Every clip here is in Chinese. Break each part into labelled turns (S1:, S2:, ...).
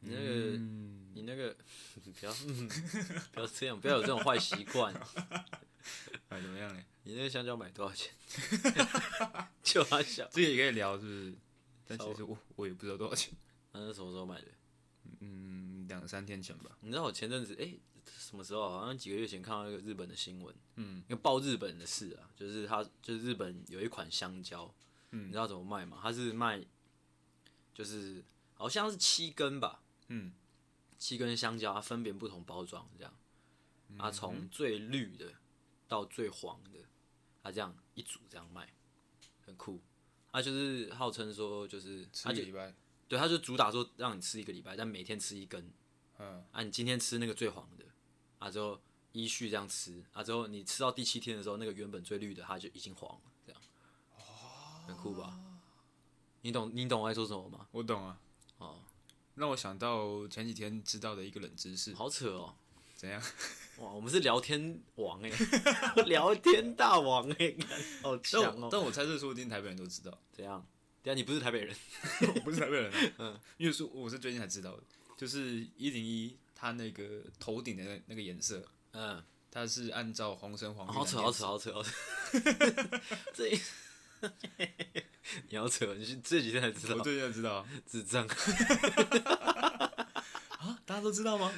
S1: 嗯不要， 嗯、不要这样，不要有这种坏习惯。
S2: 哎，怎么 样呢？
S1: 你那个香蕉买多少钱？ 就他小，
S2: 这个也可以聊，是不是？但
S1: 稍
S2: 其实我我也不知道多少钱，
S1: 那是什么时候买的？
S2: 嗯，两三天前吧。
S1: 你知道我前阵子哎、什么时候啊？好像几个月前看到一个日本的新闻，
S2: 嗯，
S1: 一个报日本的事啊，就是他就是日本有一款香蕉，
S2: 嗯
S1: 你知道怎么卖吗？它是卖，就是好像是七根吧，
S2: 嗯，
S1: 七根香蕉，它分别不同包装这样，啊，
S2: 嗯
S1: 从最绿的到最黄的，它这样一组这样卖，很酷。它就是号称说就是，
S2: 吃
S1: 它
S2: 一
S1: 啊就
S2: 个礼拜，
S1: 对，它就主打说让你吃一个礼拜，但每天吃一根。
S2: 嗯，
S1: 啊，你今天吃那个最黄的，啊之后依序这样吃，啊之后你吃到第七天的时候，那个原本最绿的它就已经黄了，这样，
S2: 哦
S1: 很酷吧？你懂你懂我在说什么吗？
S2: 我懂啊。
S1: 哦，
S2: 让我想到前几天知道的一个冷知识，
S1: 好扯哦！
S2: 怎样？
S1: 哇，我们是聊天王哎、聊天大王哎、干好
S2: 但
S1: 强
S2: 我
S1: 哦！
S2: 但我猜测说不定台北人都 知道，
S1: 怎样？等一下你不是台北人，
S2: 我不是台北人、啊，嗯，因为说我是最近才知道的，就是一零一它那个头顶的那那个颜色，
S1: 嗯，
S2: 它是按照红橙黄绿
S1: 哦好扯
S2: 蓝
S1: 好
S2: 靛
S1: 扯好扯好扯，这 你要扯，你是这几天才知
S2: 我
S1: 道，
S2: 最近才知 道啊，
S1: 智障，
S2: 啊大家都知道吗？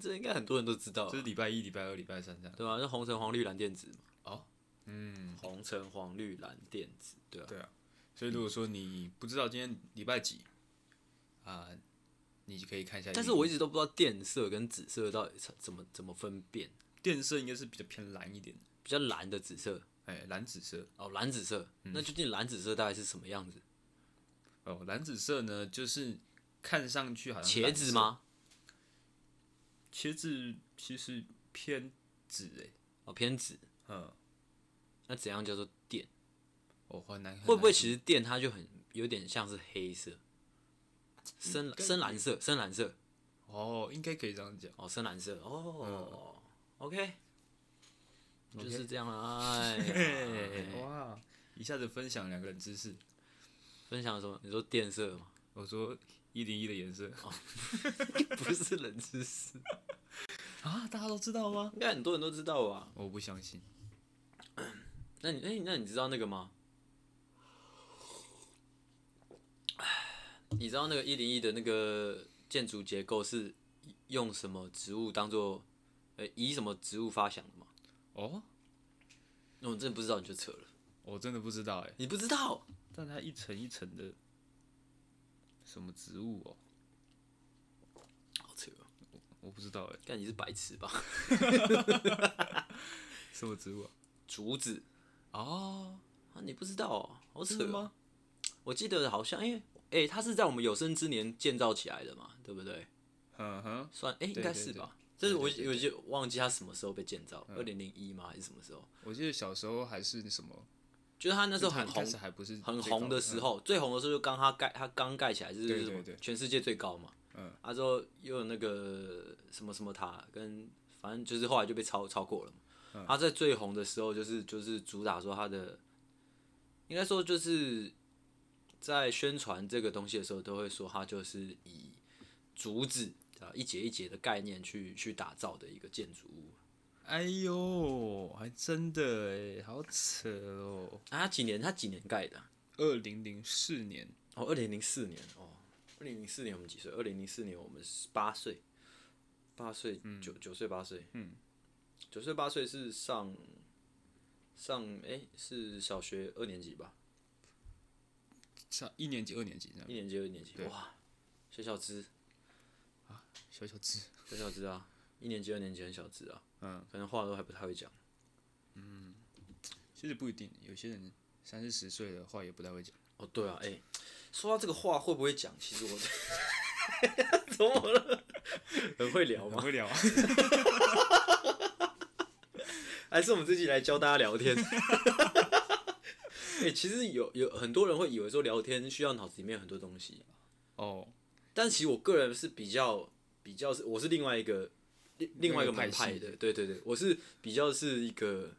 S1: 这应该很多人都知道啊、
S2: 就是礼拜一、礼拜二、礼拜三这样。
S1: 对啊，就红橙黄绿蓝靛紫嘛，
S2: 嗯，
S1: 红橙黄绿蓝靛紫，对啊，
S2: 对啊。所以如果说你不知道今天礼拜几啊、你可以看一下101。
S1: 但是我一直都不知道靛色跟紫色到底怎么怎么分辨，
S2: 电色应该是比较偏蓝一点，
S1: 比较蓝的紫色
S2: 哎、蓝紫色
S1: 哦，蓝紫色，那究竟蓝紫色大概是什么样子？
S2: 哦，蓝紫色呢就是看上去好像
S1: 茄子？吗？
S2: 茄子其实偏紫哎、
S1: 哦，偏紫，
S2: 嗯，
S1: 那怎样叫做靛？
S2: 我很难。
S1: 会不会
S2: 很
S1: 其实靛它就很有点像是黑色，深
S2: 跟
S1: 深蓝色，深蓝色
S2: 难哦，应该可以这样讲。
S1: 哦，深蓝色哦，OK，就是这样啦。哎
S2: 嘿
S1: 呀
S2: 哇，一下子分享两个冷知识。
S1: 分享什么？你说靛色吗？
S2: 我说一零一的颜色
S1: 不是冷知识，
S2: 啊，大家都知道吗？
S1: 应该很多人都知道吧？
S2: 我不相信。
S1: 那你哎、那你知道那个吗？你知道那个一零一的那个建筑结构是用什么植物当做，呃、以什么植物发想的吗？
S2: 哦，
S1: 那我真的不知道，你就扯了，
S2: 我真的不知道哎、
S1: 你不知道，
S2: 但它一层一层的什么植物哦，
S1: 好扯哦，
S2: 我不知道哎、
S1: 看你是白痴吧？
S2: 什么植物啊？
S1: 竹子
S2: 哦，
S1: 啊，你不知道、哦，好扯
S2: 真的
S1: 哦、
S2: 吗？
S1: 我记得好像哎哎、诶它是在我们有生之年建造起来的嘛，对不对？
S2: 嗯哼，
S1: 算哎、
S2: 对
S1: 应该
S2: 对
S1: 是
S2: 对
S1: 吧？但是我
S2: 对对嗯
S1: 我就忘记它什么时候被建造，二零零一吗？还是什么时候？
S2: 我记得小时候还是什么，
S1: 就是它那时候
S2: 嗯就它
S1: 很
S2: 一
S1: 红
S2: 开，始还不是
S1: 很
S2: 最高嗯
S1: 红的时，候，最红的时候就刚它盖，它刚盖起来是
S2: 对
S1: 什么
S2: 对对
S1: 全世界最高嘛。
S2: 嗯，
S1: 啊之后又有那个什么什么塔，跟反正就是后来就被超超过了
S2: 嗯
S1: 嘛。它在最红的时候，就是就是主打说它的，应该说就是在宣传这个东西的时候，都会说它就是以竹子啊一节一节的概念去去打造的一个建筑物。
S2: 嗯哎呦，还真的哎、好扯哦。
S1: 啊，它几年？它几年盖的啊、
S2: 二零零四年，
S1: 哦，二零零四年哦，二零零四年我们几岁？二零零四年我们是八岁，八岁九九岁八岁，嗯，九岁八岁是上上哎、是小学二年级吧？
S2: 上一年级、二年级这样，
S1: 一年级二年级哇，小小只
S2: 小小只，
S1: 小小只啊，一年级二年级很小只啊，
S2: 嗯，
S1: 可能话都还不太会讲，
S2: 其实不一定，有些人三四十岁的话也不太会讲。
S1: 哦对啊，哎、说到这个话会不会讲，其实我 怎么了？很会聊吗？
S2: 会聊啊，
S1: 还是我们自己来教大家聊天。 哎、其实有有很多人会以为说聊天需要脑子里面有很多东西，
S2: 哦，
S1: 但其实我个人是比较比较是我是另外一个另另外一个门
S2: 另外一
S1: 派
S2: 个派
S1: 的，对对对，我是比较是一个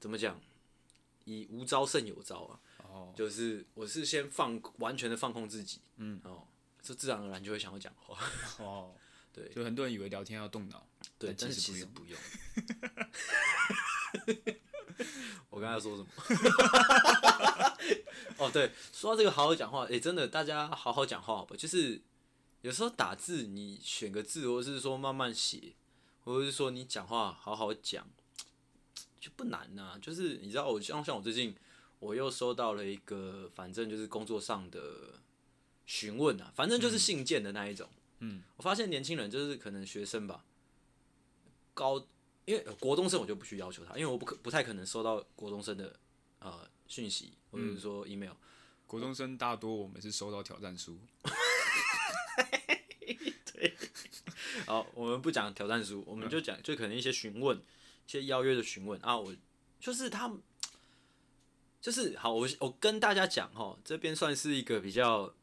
S1: 怎么讲，以无招胜有招啊，
S2: 哦，
S1: 就是我是先放完全的放空自己，嗯，哦，这自然而然就会想要讲话，
S2: 哦，
S1: 对
S2: 就很多人以为聊天要动脑，
S1: 对，
S2: 但
S1: 但是
S2: 其
S1: 其
S2: 实
S1: 实不用。 我刚才说什 么？哦，对，说到这个好好讲话，哎、真的，大家好好讲话好吧？就是有时候打字，你选个字，或者是说慢慢写，或者是说你讲话好好讲，就不难呐、就是你知道我，像像我最近，我又收到了一个，反正就是工作上的询问啊，反正就是信件的那一种。嗯，我发现年轻人就是可能学生吧，高，因为呃国中生我就不去要求他，因为我不可不太可能收到国中生的呃讯息或者是说 email，、
S2: 国中生大多我们是收到挑战书，
S1: 好，我们不讲挑战书，我们就讲就可能一些询问、一些邀约的询问啊。我就是他们，就是好，我我跟大家讲哈，这边算是一个比较，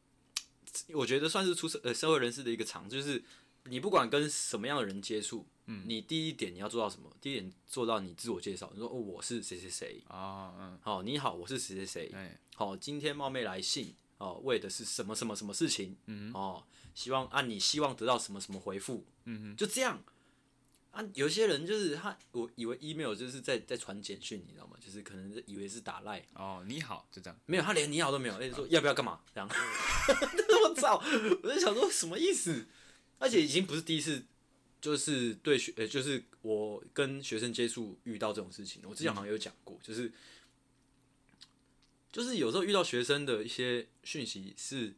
S1: 我觉得算是出社呃社会人士的一个常识，就是你不管跟什么样的人接触，嗯，你第一点你要做到什么？第一点做到你自我介绍，你说哦我是谁谁谁，
S2: 啊，嗯，
S1: 好你好，我是谁谁谁，
S2: 哎，
S1: 好、哦今天冒昧来信，哦，为的是什么什么什么事情，嗯，哦，希望啊，你希望得到什么什么回复，嗯哼，就这样。啊，有些人就是他，我以为 email 就是在在传简讯，你知道吗？就是可能是以为是打赖，
S2: 哦，你好，就这样，
S1: 没有，他连你好都没有，而且说要不要干嘛这样，啊 我操！我就想说什么意思？而且已经不是第一次，就是对学，呃，就是我跟学生接触遇到这种事情，我之前好像有讲过，就是就是有时候遇到学生的一些讯息是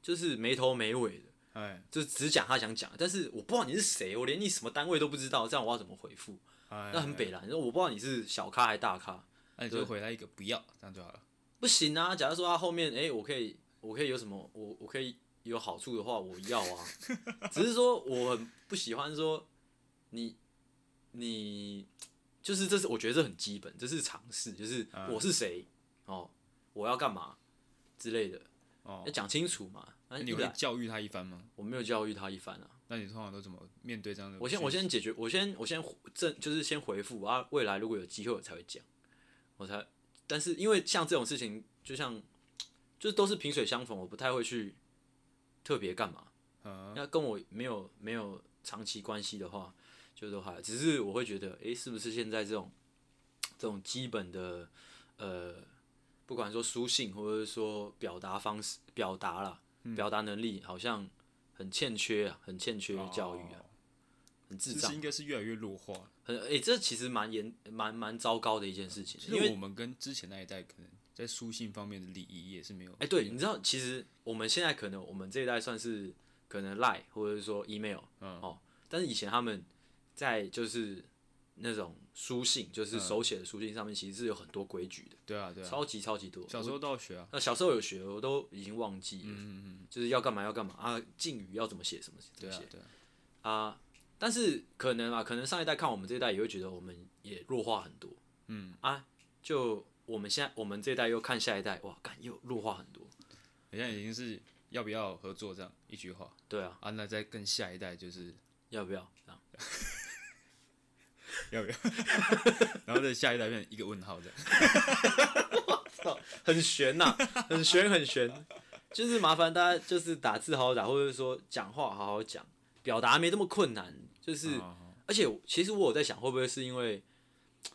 S1: 就是没头没尾的，
S2: 哎，
S1: 就只讲他想讲的，但是我不知道你是谁，我连你什么单位都不知道，这样我要怎么回复？
S2: 那
S1: 那很，北蓝，我不知道你是小咖还是大咖，
S2: 哎那你就回来一个不要，这样就好了。
S1: 不行啊！假如说他后面，哎、我可以，我可以有什么，我我可以有好处的话，我要 啊。只是说我很不喜欢说你，你就是这是我觉得这很基本，这是常识，就是
S2: 嗯
S1: 我是谁、哦，我要干嘛之类的，
S2: 哦
S1: 要讲清楚嘛。啊那
S2: 那你
S1: 一
S2: 会
S1: 来
S2: 教育他一番吗？
S1: 我没有教育他一番啊，
S2: 那你通常都怎么面对这样的讯息？
S1: 我先我先解决，我先我先正就是先回复啊，未来如果有机会我才会讲，我才，但是因为像这种事情，就像就是都是萍水相逢，我不太会去特别干嘛。
S2: 嗯，
S1: 那跟我没有没有长期关系的话，就都还好只是我会觉得，诶、是不是现在这种这种基本的呃，不管说书信或者说表达方式、表达啦、
S2: 嗯
S1: 表达能力，好像很欠缺啊，很欠缺教育啊，
S2: 哦，
S1: 很智
S2: 这
S1: 障
S2: 是。应该是越来越弱化，
S1: 很诶、这其实蛮严蛮蛮糟糕的一件事情，
S2: 其
S1: 因为
S2: 实我们跟之前那一代可能在书信方面的礼仪也是没有
S1: 哎、，对，你知道，其实我们现在可能我们这一代算是可能 Line 或者是说 email，
S2: 嗯
S1: 哦，但是以前他们在就是那种书信，
S2: 嗯
S1: 就是手写的书信上面，其实是有很多规矩的，
S2: 对啊，对啊，
S1: 超级超级多。
S2: 小时候都嗯要学啊，
S1: 那小时候有学，我都已经忘记了，就是要干嘛要干嘛啊，敬语要怎么写，什么怎
S2: 对
S1: 么
S2: 啊
S1: 写，
S2: 对啊，
S1: 啊。但是可能啊，可能上一代看我们这一代也会觉得我们也弱化很多，嗯啊，就我们现在我们这一代又看下一代，哇，感又弱化很多，
S2: 好像已经是要不要合作这样一句话
S1: 对啊，
S2: 啊，那再跟下一代就是
S1: 要不要啊这样？
S2: 要不要，然后再下一代变成一个问 号这样，
S1: 很悬呐、很悬很悬，就是麻烦大家就是打字好好打，或者说讲话好好讲，表达没这么困难，就是。
S2: 哦哦
S1: 而且我其实我有在想，会不会是因为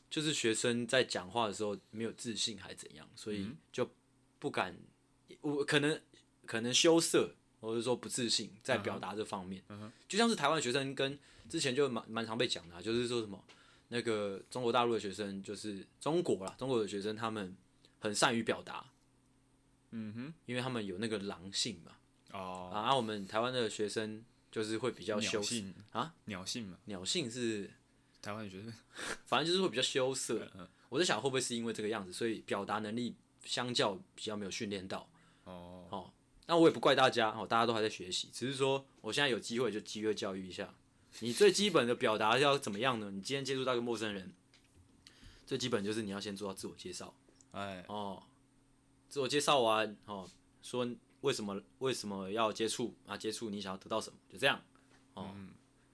S1: 就是学生在讲话的时候没有自信，还怎样，所
S2: 嗯
S1: 以就不敢，我可能可能羞涩，或者说不自信，
S2: 嗯
S1: 在表达这方面。就像是台湾学生跟之前就蛮蛮常被讲的、啊，就是说什么那个中国大陆的学生，就是中国啦，中国的学生他们很善于表达，
S2: 嗯哼，
S1: 因为他们有那个狼性嘛。
S2: 哦，
S1: 啊，我们台湾的学生就是会比较羞
S2: 鸟
S1: 涩，
S2: 性
S1: 啊，
S2: 鸟性嘛，
S1: 鸟性是
S2: 台 湾学生
S1: 反正就是会比较羞涩。
S2: 嗯
S1: 我在想会不会是因为这个样子，所以表达能力相较比较没有训练到。
S2: 哦，
S1: 那我也不怪大家哦，大家都还在学习，只是说我现在有机会就机会教育一下。你最基本的表达要怎么样呢？你今天接触到一个陌生人，最基本就是你要先做到自我介绍
S2: 哎，
S1: 哦，自我介绍完哦，说为什么为什么要接触啊？接触你想要得到什么？就这样，
S2: 嗯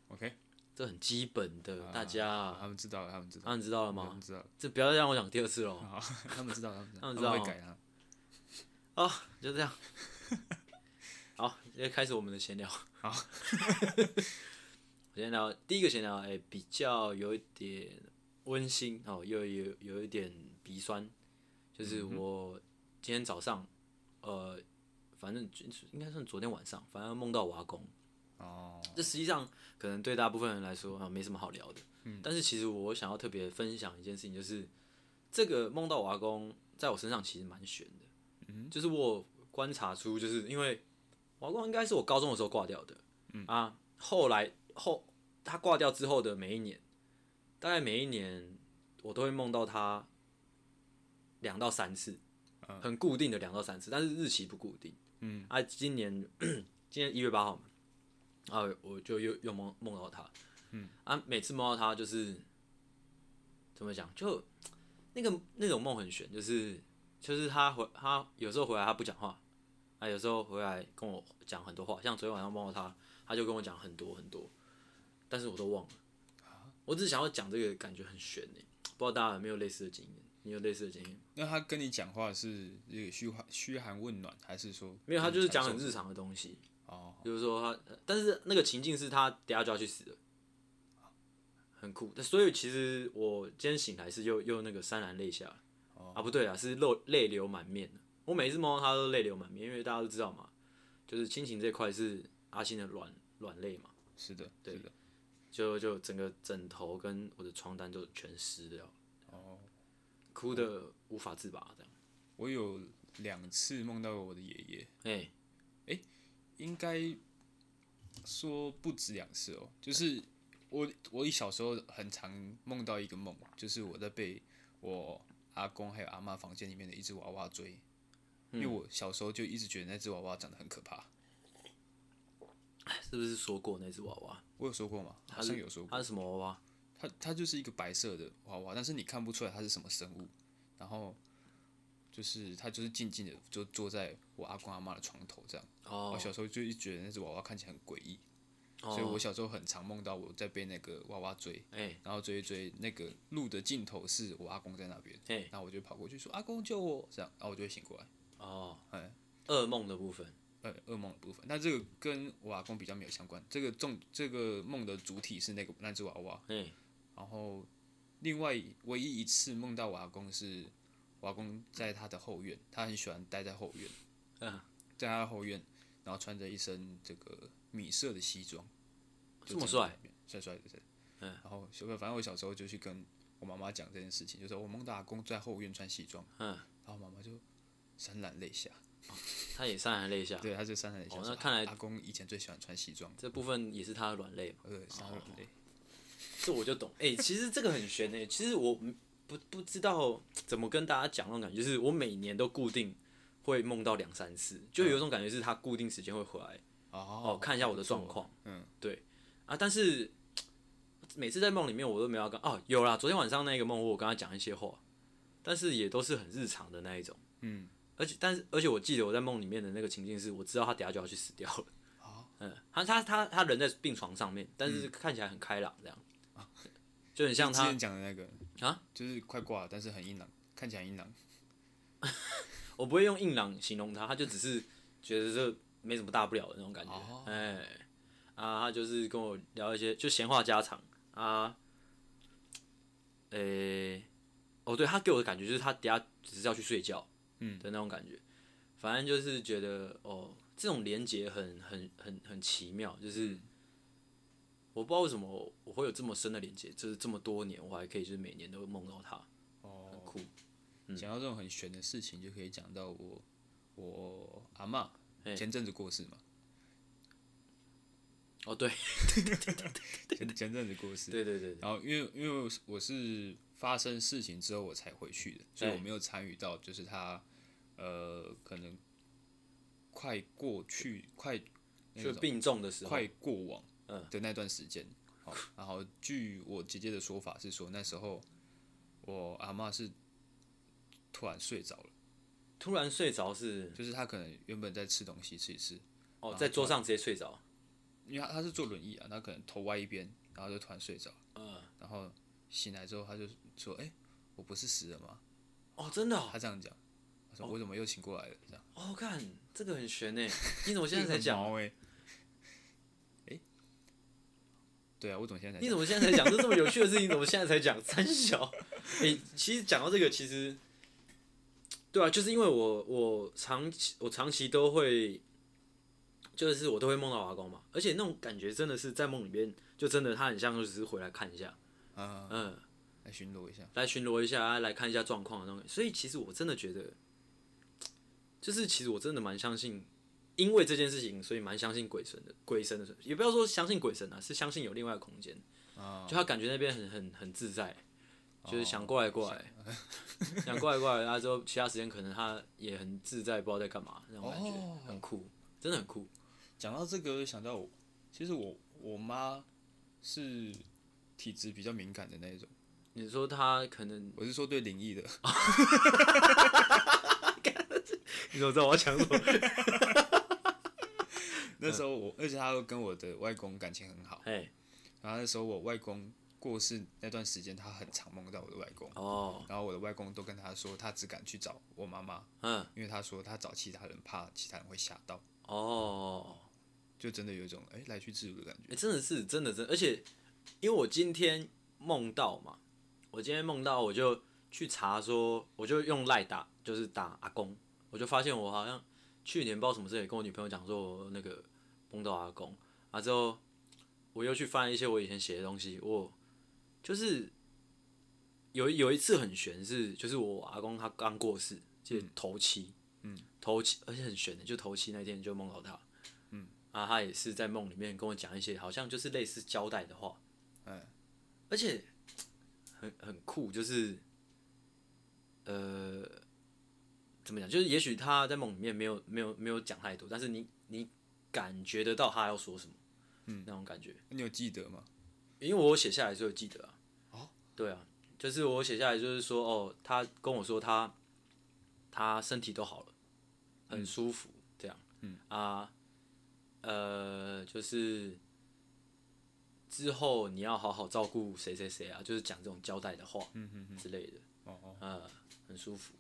S2: ，OK，
S1: 这很基本的，大
S2: 啊嗯
S1: 家
S2: 他们知道了，他们知道了，
S1: 啊，你知道了
S2: 他
S1: 吗
S2: 们？知道了，
S1: 这不要再让我讲第二 次喽。
S2: 好，他们知道了，
S1: 他
S2: 他
S1: 们
S2: 们
S1: 知
S2: 知
S1: 道哦
S2: 道，他们会改啊，
S1: 啊、就这样。 好，也开始我们的闲聊。好，我先聊第一个闲聊，哎、比较有一点温馨哦，又有有一点鼻酸，就是我今天早上，呃，反正就是应该算昨天晚上，反正梦到我阿公。
S2: 哦，
S1: 这实际上可能对大部分人来说啊没什么好聊的，但是其实我想要特别分享一件事情，就是这个梦到我阿公在我身上其实蛮悬的，就是我有观察出，就是因为我阿公应该是我高中的时候挂掉的，啊，后来后他挂掉之后的每一年，大概每一年我都会梦到他两到三次，很固定的两到三次，但是日期不固定，嗯，啊，今年 今年一月八号嘛。啊，我就又又梦梦到他，嗯，啊，每次梦到他就是怎么讲，就那个那种梦很悬，就是就是他回他有时候回来他不讲话，啊，有时候回来跟我讲很多话，像昨天晚上梦到他，他就跟我讲很多很多，但是我都忘了，我只是想要讲这个感觉很悬呢，不知道大家有没有类似的经验？你有类似的经验？
S2: 那他跟你讲话是一个嘘寒嘘寒问暖，还是说
S1: 没有，他就是讲很
S2: 传授
S1: 日常的东西，
S2: 哦，
S1: 就是说他，但是那个情境是他等下就要去死了，很酷。但所以其实我今天醒来是又又那个潸然泪下，
S2: 哦
S1: 啊不对啊，是泪泪流满面的。我每次梦到他都泪流满面，因为大家都知道嘛，就是亲情这块是阿星的软软肋嘛，
S2: 是的，是的，
S1: 就就整个枕头跟我的床单就全湿掉，
S2: 哦，
S1: 哭的无法自拔这样。
S2: 我有两次梦到我的爷爷，
S1: 哎、
S2: 应该说不止两次哦。就是我我一小时候很常梦到一个梦，就是我在被我阿公还有阿妈房间里面的一只娃娃追，
S1: 嗯
S2: 因为我小时候就一直觉得那只娃娃长得很可怕。
S1: 是不是说过那只娃娃？
S2: 我有说过吗？好
S1: 是
S2: 像有说过。
S1: 它是什么娃娃？
S2: 它它就是一个白色的娃娃，但是你看不出来它是什么生物。然后就是它就是静静的就坐在我阿公阿妈的床头这样。我
S1: 哦
S2: 小时候就一直觉得那只娃娃看起来很诡异，所以
S1: 哦，
S2: 我小时候很常梦到我在被那个娃娃追，
S1: 哎、
S2: 然后追一追，那个路的尽头是我阿公在那边，
S1: 嘿
S2: 然后我就跑过去说阿公救我，这样，然后我就会醒过来。
S1: 哦
S2: 哎，
S1: 噩梦的部分。
S2: 呃，噩梦的部分，那这个跟我阿公比较没有相关。这个重这个梦的主体是那个那只娃娃，
S1: 哎、
S2: 然后另外唯一一次梦到我阿公是，我阿公在他的后院，他很喜欢待在后院，
S1: 嗯，
S2: 在他的后院，然后穿着一身这个米色的西装，
S1: 这么帅，
S2: 帅帅的，帅。嗯，然后小反正我小时候就去跟我妈妈讲这件事情，就说我梦到阿公在后院穿西装，
S1: 嗯，
S2: 然后妈妈就潸然泪下，
S1: 他也潸然泪下，
S2: 对，她就潸然泪下
S1: 哦
S2: 说。
S1: 那看来
S2: 阿公以前最喜欢穿西装，
S1: 这部分也是他的软肋嘛，哦
S2: 对，潸然泪。
S1: 嗯这我就懂。哎、其实这个很悬哎、其实我不不知道怎么跟大家讲那种感觉，就是我每年都固定会梦到两三次，就有一种感觉是他固定时间会回来哦
S2: 哦，
S1: 看一下我的状况，嗯，对啊，但是每次在梦里面我都没有要跟哦有啦，昨天晚上那个梦我有跟他讲一些话，但是也都是很日常的那一种，
S2: 嗯，
S1: 而且但是而且我记得我在梦里面的那个情境是，我知道他等下就要去死掉了。
S2: 啊
S1: 嗯，他他他他人在病床上面，但是看起来很开朗，这样， 就很像
S2: 之
S1: 他
S2: 前讲的那个
S1: 啊，
S2: 就是快挂了，但是很硬朗，看起来很硬朗。
S1: 我不会用硬朗形容他，他就只是觉得这没什么大不了的那种感觉
S2: 哦，
S1: 哎、啊，他就是跟我聊一些就闲话家常啊，呃、哦，对他给我的感觉就是他等下只是要去睡觉，嗯的那种感觉，反正就是觉得哦，这种连接很很很很奇妙，就是。
S2: 嗯
S1: 我不知道为什么我会有这么深的连接，就是这么多年，我还可以就是每年都梦到他，很
S2: 哦，
S1: 酷。嗯
S2: 讲到这种很玄的事情，就可以讲到我我阿嬷
S1: 嘿
S2: 前阵子过世嘛，
S1: 哦，对，
S2: 前前阵子过世。
S1: 对对对对，
S2: 然后因为因为我是我是发生事情之后我才回去的，所以我没有参与到，就是他呃可能快过去快那
S1: 就
S2: 种
S1: 病嗯重的时候，
S2: 快过往的那段时间。好，然后据我姐姐的说法是说那时候我阿嬷是突然睡着了，
S1: 突然睡着是
S2: 就是她可能原本在吃东西吃一吃，
S1: 哦，在桌上直接睡着，
S2: 因为他他是坐轮椅啊，他可能头歪一边，然后就突然睡着，
S1: 嗯，
S2: 然后醒来之后他就说：“哎、我不是死了吗
S1: 哦，真的？”哦，
S2: 他这样讲，他说：“我怎么又醒过来了？”这样，
S1: 哦，看这个很啊 悬呢，你怎么现在才讲？
S2: 哎，哎，对啊，我怎么现在才
S1: 你
S2: 讲
S1: 怎么现在才讲这这么有趣的事情？怎么现在才讲 三小？诶、其实讲到这个，其实对啊，就是因为我我长期我长期都会，就是我都会梦到我阿公嘛，而且那种感觉真的是在梦里面，就真的他很像就只是回来看一下，
S2: 啊？
S1: 嗯，
S2: 来巡逻一下，
S1: 来巡逻一下，来看一下状况的那种。所以其实我真的觉得，就是其实我真的蛮相信，因为这件事情，所以蛮相信鬼神的鬼神的存，也不要说相信鬼神啊，是相信有另外的空间。
S2: 啊
S1: 就他感觉那边很很很自在，就是想过来过来，想过来过来，然后之后其他时间可能他也很自在，不知道在干嘛那种感觉，
S2: 哦
S1: 很酷，真的很酷。
S2: 讲到这个，想到我，其实我我妈是体质比较敏感的那一种，
S1: 你说他可能，
S2: 我是说对灵异的，
S1: 你怎么知道我要讲什么？
S2: 那时候
S1: 嗯
S2: 我，而且她又跟我的外公感情很好，
S1: 哎，
S2: 然后那时候我外公过世那段时间，她很常梦到我的外公，
S1: 哦，
S2: 然后我的外公都跟她说，他只敢去找我妈妈，
S1: 嗯，
S2: 因为他说他找其他人怕其他人会吓到，
S1: 哦，
S2: 就真的有一种哎、来去自如的感觉。
S1: 哎，真的是真的真的，而且因为我今天梦到嘛，我今天梦到我就去查说，我就用赖打，就是打阿公，我就发现我好像去年不知道什么事也跟我女朋友讲说我那个梦到阿公，啊之后我又去翻一些我以前写的东西，我就是有一有一次很悬是，就是我阿公他刚过世，就是头七，嗯，头七，而且很悬的，就头七那天就梦到他，嗯，啊他也是在梦里面跟我讲一些好像就是类似交代的话，
S2: 哎，
S1: 而且很很酷，就是呃，怎么讲？就是也许他在梦里面没有没有没有讲太多，但是你你感觉得到他要说什么，嗯，那种感觉。
S2: 你有记得吗？
S1: 因为我有写下来，所以我记得啊。
S2: 哦，
S1: 对啊，就是我写下来，就是说哦，他跟我说他他身体都好了，很舒服，这样。嗯啊，呃，就是之后你要好好照顾谁谁谁啊，就是讲这种交代的话，嗯之类的，
S2: 哦哦，
S1: 呃，很舒服。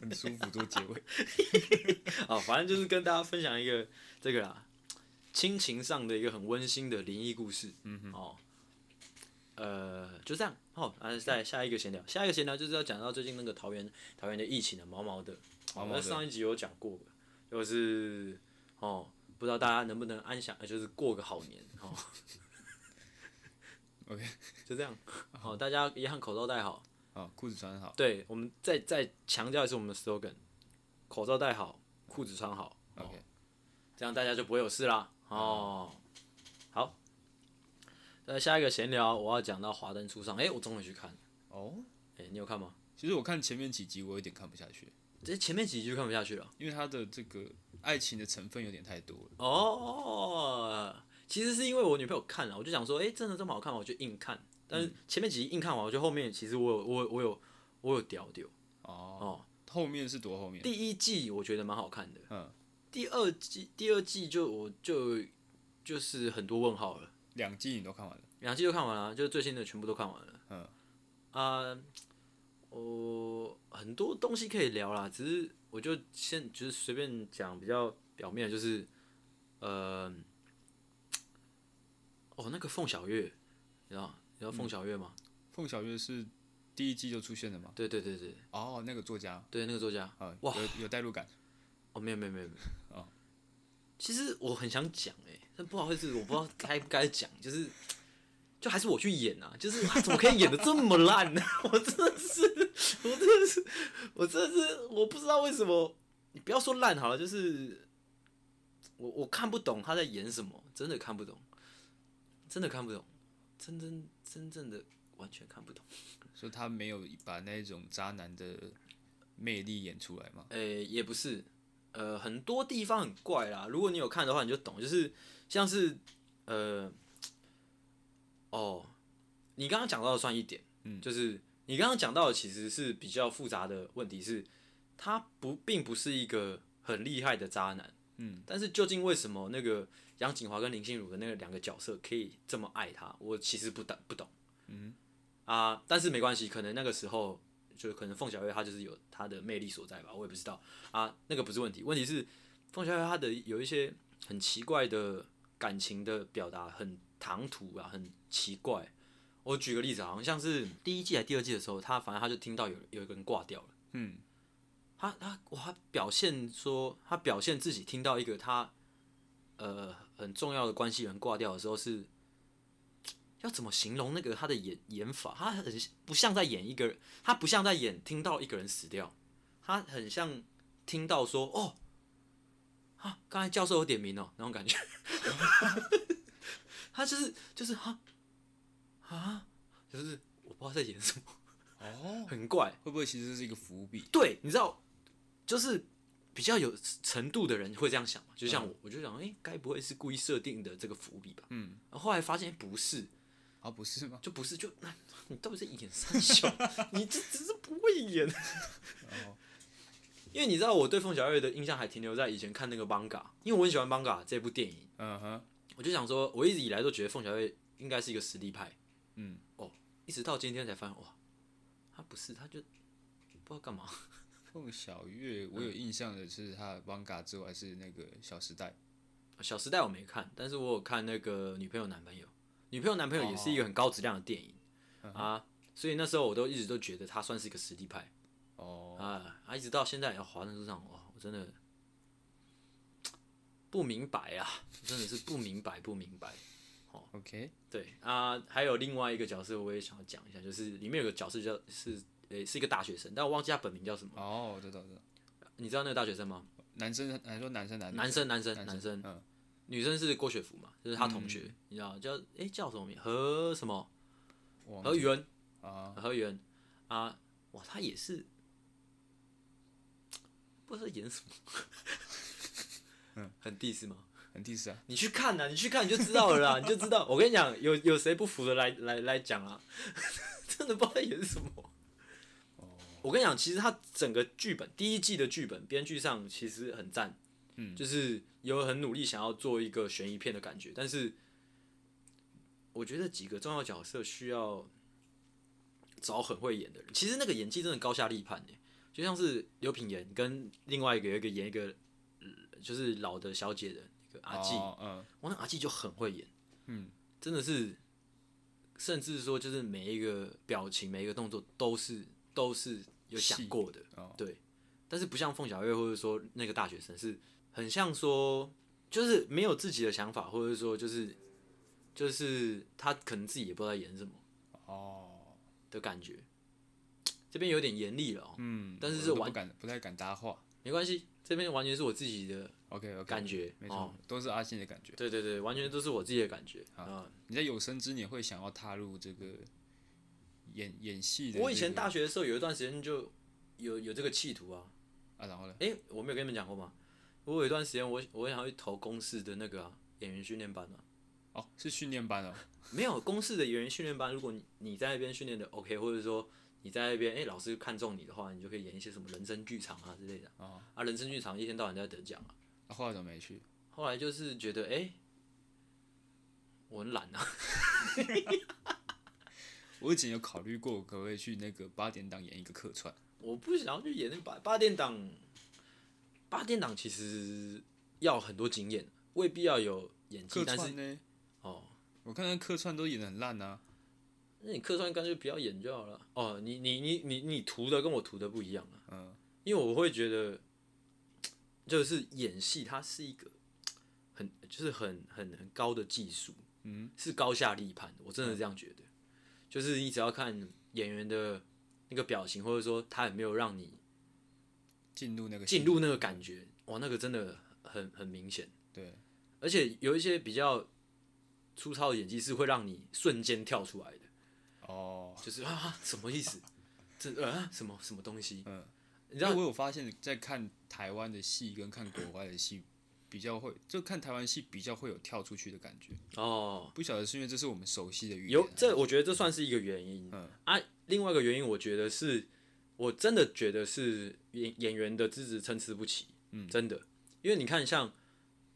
S2: 很舒服做结 尾。
S1: 啊，反正就是跟大家分享一个这个啦，亲情上的一个很温馨的灵异故事。嗯哼，哦，呃，就这样。好、然后再下一个闲聊，下一个闲聊就是要讲到最近那个桃园桃园的疫情的啊毛毛的，
S2: 毛
S1: 我
S2: 毛
S1: 们
S2: 的
S1: 上一集有讲过，就是哦，不知道大家能不能安享，呃就是过个好年哦。
S2: OK
S1: 就这样。好、大家一样口罩戴好。
S2: 好，裤子穿好。
S1: 对，我们再再强调一次我们的 slogan：口罩戴好，裤子穿好。
S2: OK，、
S1: 这样大家就不会有事啦。哦，好，那下一个闲聊我要讲到《华灯初上》诶，我终于去看，
S2: 哦，
S1: 诶，你有看吗？
S2: 其实我看前面几集，我有点看不下去，
S1: 这前面几集就看不下去了。
S2: 因为它的这个爱情的成分有点太多了。
S1: 哦，其实是因为我女朋友看了，我就想说，诶，真的这么好看吗，我就硬看。但是前面几集硬看完，我觉得后面其实我有我有我有我有屌屌。
S2: 哦，后面是多后面？
S1: 第一季我觉得蛮好看的，
S2: 嗯，
S1: 第二季第二季就我就就是很多问号了。
S2: 两季你都看完了。
S1: 两季都看完了，就是最新的全部都看完了。
S2: 嗯，
S1: 啊、我很多东西可以聊啦，只是我就先就是随便讲比较表面的，就是呃，哦，那个凤小岳，你知道吗你知道凤小岳吗？
S2: 凤小岳是第一季就出现的吗？
S1: 对对对对
S2: 哦，那个作家
S1: 对，那个作家。
S2: 啊，
S1: 哇
S2: 有有代入感。
S1: 哦，没有没有没有没有。
S2: 哦
S1: 其实我很想讲哎、但不好意思，我不知道该不该讲，就是就还是我去演啊，就是他怎么可以演的这么烂呢、 我真的是，我真的是，我真的是，我不知道为什么。你不要说烂好了，就是我我看不懂他在演什么，真的看不懂，真的看不懂，真真真正的完全看不懂。
S2: 所以他没有把那种渣男的魅力演出来吗？
S1: 呃、也不是，呃，很多地方很怪啦。如果你有看的话，你就懂，就是像是呃，哦，你刚刚讲到的算一点，嗯，就是你刚刚讲到的其实是比较复杂的问题是，他不并不是一个很厉害的渣男，
S2: 嗯，
S1: 但是究竟为什么那个杨景华跟林心如的那个两个角色可以这么爱他，我其实不懂不懂，嗯啊，但是没关系，可能那个时候就可能凤小岳她就是有她的魅力所在吧，我也不知道啊，那个不是问题，问题是凤小岳她的有一些很奇怪的感情的表达很唐突啊，很奇怪。我举个例子啊，好像是第一季还第二季的时候，他反正他就听到有有一个人挂掉了。
S2: 嗯，
S1: 他他哇，他表现说他表现自己听到一个他呃很重要的关系人挂掉的时候是，要怎么形容那个他的演演法？他很不像在演一个，他不像在演听到一个人死掉，他很像听到说哦，啊，刚才教授有点名哦，那种感觉。 他就是就是哈啊，就是我不知道在演什么，
S2: 哦，
S1: 很怪。
S2: 会不会其实是一个伏笔？
S1: 对，你知道，就是比较有程度的人会这样想嘛，就像我，我就想，哎、该不会是故意设定的这个伏笔吧？
S2: 嗯，
S1: 然后后来发现、诶不是，
S2: 啊，不是吗？
S1: 就不是，就那、你到底在演三小？ 你这只是不会演。
S2: 哦，
S1: 因为你知道，我对凤小岳的印象还停留在以前看那个《Manga》，因为我很喜欢《Manga》这部电影，
S2: 嗯哼，
S1: 我就想说，我一直以来都觉得凤小岳应该是一个实力派，
S2: 嗯，
S1: 一直到今天才发现，哇，他不是，他就不知道干嘛。
S2: 凤小岳，我有印象的是他的 manga 之外是那个《小时代》
S1: 小时代我没看，但是我有看那个女朋友男朋友，女朋友男朋友也是一个很高质量的电影、啊，所以那时候我都一直都觉得他算是一个实力派
S2: 哦，
S1: 啊，啊，一直到现在要华灯初上，哇，我真的不明白啊，真的是不明白不明白。
S2: ，OK，
S1: 对啊，还有另外一个角色我也想要讲一下，就是里面有个角色叫是诶、是一个大学生，但我忘记他本名叫什么，
S2: 哦，我知道，我知道，
S1: 你知道那个大学生吗？
S2: 男生还说男生男
S1: 男生嗯男生嗯
S2: 男
S1: 男生，
S2: 嗯，
S1: 女生是郭雪芙嘛，就是他同学，你知道叫诶、叫什么名何什么？
S2: 我
S1: 何宇文，
S2: 啊，
S1: 何宇文啊，哇，他也是，不知道在演什么， 很 diss 吗？
S2: 很 diss 啊，
S1: 你去看呐、你去看你就知道了啦， 你就知道。我跟你讲，有有谁不服的来来来讲啊， 真的不知道在演什么。
S2: 哦
S1: 我跟你讲，其实他整个剧本第一季的剧本编剧上其实很赞，
S2: 嗯
S1: 就是有很努力想要做一个悬疑片的感觉，但是我觉得几个重要角色需要找很会演的人。其实那个演技真的高下立判耶，就像是刘品言跟另外一个有一个演一个呃就是老的小姐的那个阿纪，
S2: 哦嗯，
S1: 我那阿纪就很会演，
S2: 嗯，
S1: 真的是，甚至说就是每一个表情、每一个动作都是都是有想过的，
S2: 哦
S1: 对。但是不像凤小岳或者说那个大学生，是很像说就是没有自己的想法，或者说就是就是他可能自己也不知道在演什么
S2: 哦，
S1: 的感觉。这边有点严厉了、哦，
S2: 嗯，
S1: 但是
S2: 我
S1: 是
S2: 都不
S1: 完
S2: 敢不太敢搭话
S1: 没关系，这边完全是我自己的，
S2: ，OK OK，
S1: 感觉
S2: 没错
S1: 哦，
S2: 都是阿信的感觉。
S1: 对对对，完全都是我自己的感觉啊、
S2: 你在有生之年会想要踏入这个演演戏的这个、
S1: 我以前大学的时候有一段时间就有有这个企图啊，
S2: 啊，然后呢？
S1: 哎、我没有跟你们讲过吗？我有一段时间我我想要去投公视的那个啊、演员训练班啊，
S2: 哦，是训练班哦，
S1: 没有公视的演员训练班，如果你你在那边训练的 OK，或者说你在那边哎、诶老师看中你的话，你就可以演一些什么人生剧场啊之类的
S2: 哦
S1: 啊，人生剧场一天到晚都在得奖啊。
S2: 啊、后来怎么没去？
S1: 后来就是觉得哎、诶我很懒啊，
S2: 我以前有考虑过，可不可以去那个八点档演一个客串？
S1: 我不想要去演那八八点档，八点档其实要很多经验，未必要有演技
S2: 客，
S1: 但是
S2: 串呢？
S1: 哦。
S2: 我看那客串都演的很烂啊。
S1: 那你客串干脆不要演就好了。哦，你你你你你涂的跟我涂的不一样啊，
S2: 嗯，
S1: 因为我会觉得，就是演戏它是一个很就是很很很高的技术，
S2: 嗯，
S1: 是高下立判的，我真的这样觉得。就是你只要看演员的那个表情，或者说他有没有让你
S2: 进入那个
S1: 进入那个感觉，哇，那个真的很很明显。
S2: 对，
S1: 而且有一些比较粗糙的演技是会让你瞬间跳出来的。
S2: 哦，
S1: 就是啊，什么意思？这啊，什么什么东西？
S2: 嗯，
S1: 你
S2: 你
S1: 知道
S2: 我有发现，在看台湾的戏跟看国外的戏。比较会，就看台湾戏比较会有跳出去的感觉，
S1: 哦，
S2: 不晓得是因为这是我们熟悉的语言啊
S1: 有
S2: 还是，
S1: 这，我觉得这算是一个原因。
S2: 嗯
S1: 啊，另外一个原因，我觉得是，我真的觉得是演演员的资质参差不齐。嗯，真的，因为你看像，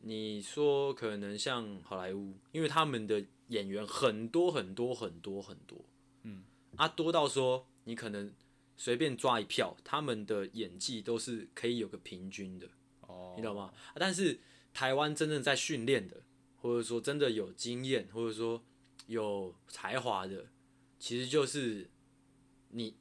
S1: 你说可能像好莱坞，因为他们的演员很多很多很多很多，嗯，啊，多到说你可能随便抓一票，他们的演技都是可以有个平均的。
S2: 哦，
S1: 你懂吗？啊但是台湾真正在训练的，或者说真的有经验，或者说有才华的，其实就是你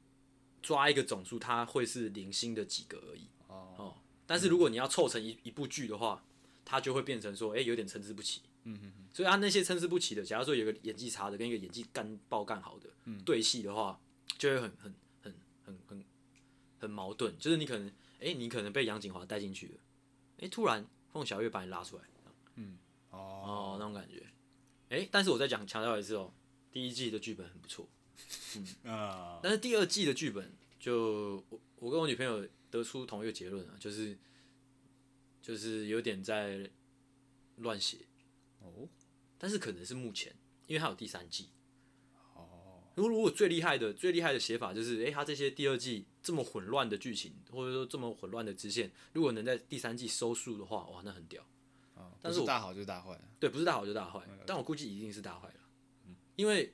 S1: 抓一个总数，它会是零星的几个而已。
S2: 哦，
S1: 哦，但是如果你要凑成一一部剧的话，它就会变成说，哎、有点参差不齐。
S2: 嗯哼哼，
S1: 所以他啊那些参差不齐的，假如说有个演技差的跟一个演技干爆干好的、对戏的话，就会很很很很很很矛盾。就是你可能，哎、你可能被杨景华带进去了，哎、突然凤小岳把你拉出来，
S2: 哦，
S1: 哦，那种感觉。哎、但是我再讲强调一次哦，第一季的剧本很不错，
S2: 啊，
S1: 但是第二季的剧本就我我跟我女朋友得出同一个结论啊，就是就是有点在乱写，
S2: 哦，
S1: 但是可能是目前，因为它有第三季。
S2: 哦，
S1: 如果如果最厉害的最厉害的写法就是，诶、它这些第二季这么混乱的剧情，或者说这么混乱的支线，如果能在第三季收束的话，哇，那很屌。
S2: 哦
S1: 但
S2: 不
S1: 是
S2: 是
S1: 我
S2: 大好就是大坏，
S1: 对，不是大好就大坏，但我估计一定是大坏了，因为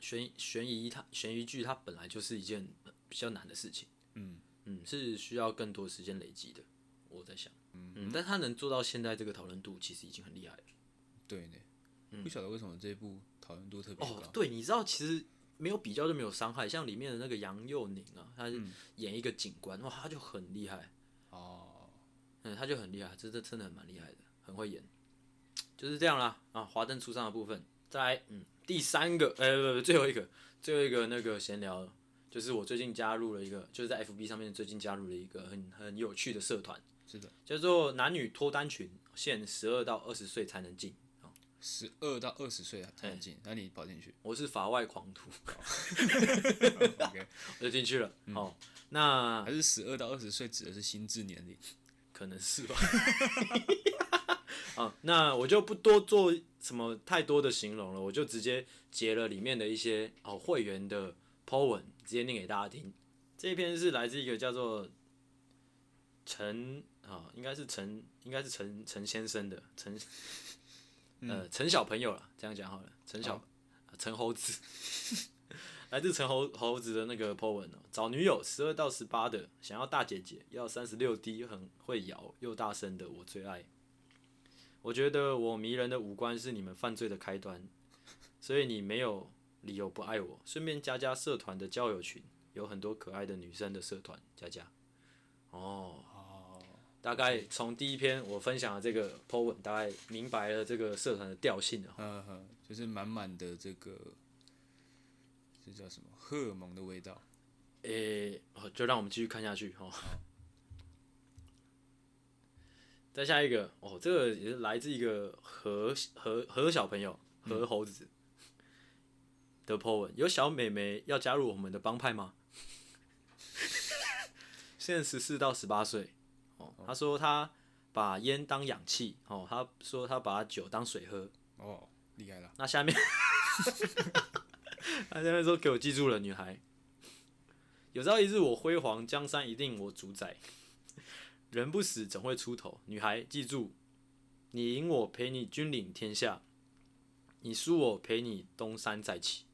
S1: 悬疑悬疑它悬疑剧它本来就是一件呃比较难的事情，
S2: 嗯
S1: 嗯，是需要更多时间累积的。我在想，嗯，但他能做到现在这个讨论度，其实已经很厉害了。
S2: 对呢，不晓得为什么这部讨论度特别
S1: 嗯哦
S2: 高，，
S1: 对，你知道其实没有比较就没有伤害，像里面的那个杨佑宁啊，他演一个警官，哇，他就很厉害，
S2: 哦，
S1: 嗯，他就很厉害，真的真的蛮厉害的，很会演，就是这样啦啊，华灯初上的部分，再来，嗯，第三个，呃、不不不，最后一个，最后一个那个闲聊，就是我最近加入了一个，就是在 FB 上面最近加入了一个很很有趣的社团，
S2: 是的，
S1: 叫做男女脱单群，限十二到二十岁才能进，
S2: 十二到二十岁才能进，那你跑进去
S1: 我是法外狂 徒，
S2: 哦 ，OK，嗯
S1: 我就进去了，哦，那
S2: 还是十二到二十岁指的是心智年龄？
S1: 可能是吧。 啊，那我就不多做什么太多的形容了，我就直接截了里面的一些哦会员的 po 文，直接念给大家听。这一篇是来自一个叫做陈啊，应该是陈，应该是陈陈先生的陈，呃，陈小朋友了，这样讲好了，陈小啊陈、猴子，来自陈猴猴子的那个 po 文哦，找女友十二到十八的，想要大姐姐，要三十六 D，很会摇又大声的，我最爱。我觉得我迷人的五官是你们犯罪的开端，所以你没有理由不爱我。顺便加加社团的交友群，有很多可爱的女生的社团，加加。哦，
S2: 哦，
S1: 大概从第一篇我分享的这个 po 文，大概明白了这个社团的调性了。
S2: 呵呵，就是满满的这个，这叫什么荷尔蒙的味道？
S1: 诶、哦就让我们继续看下去哦。 再下一个哦，这个也是来自一个何何何小朋友何猴子的 po 文，有小美眉要加入我们的帮派吗？ 现在十四到十八岁哦，他说他把烟当氧气哦，他说他把酒当水喝，
S2: 哦，厉害了，
S1: 那下面，他下面说给我记住了，女孩。有朝一日我辉煌，江山一定我主宰。人不死怎会出头？女孩，记住，你赢我陪你君临天下，你输我陪你东山再起。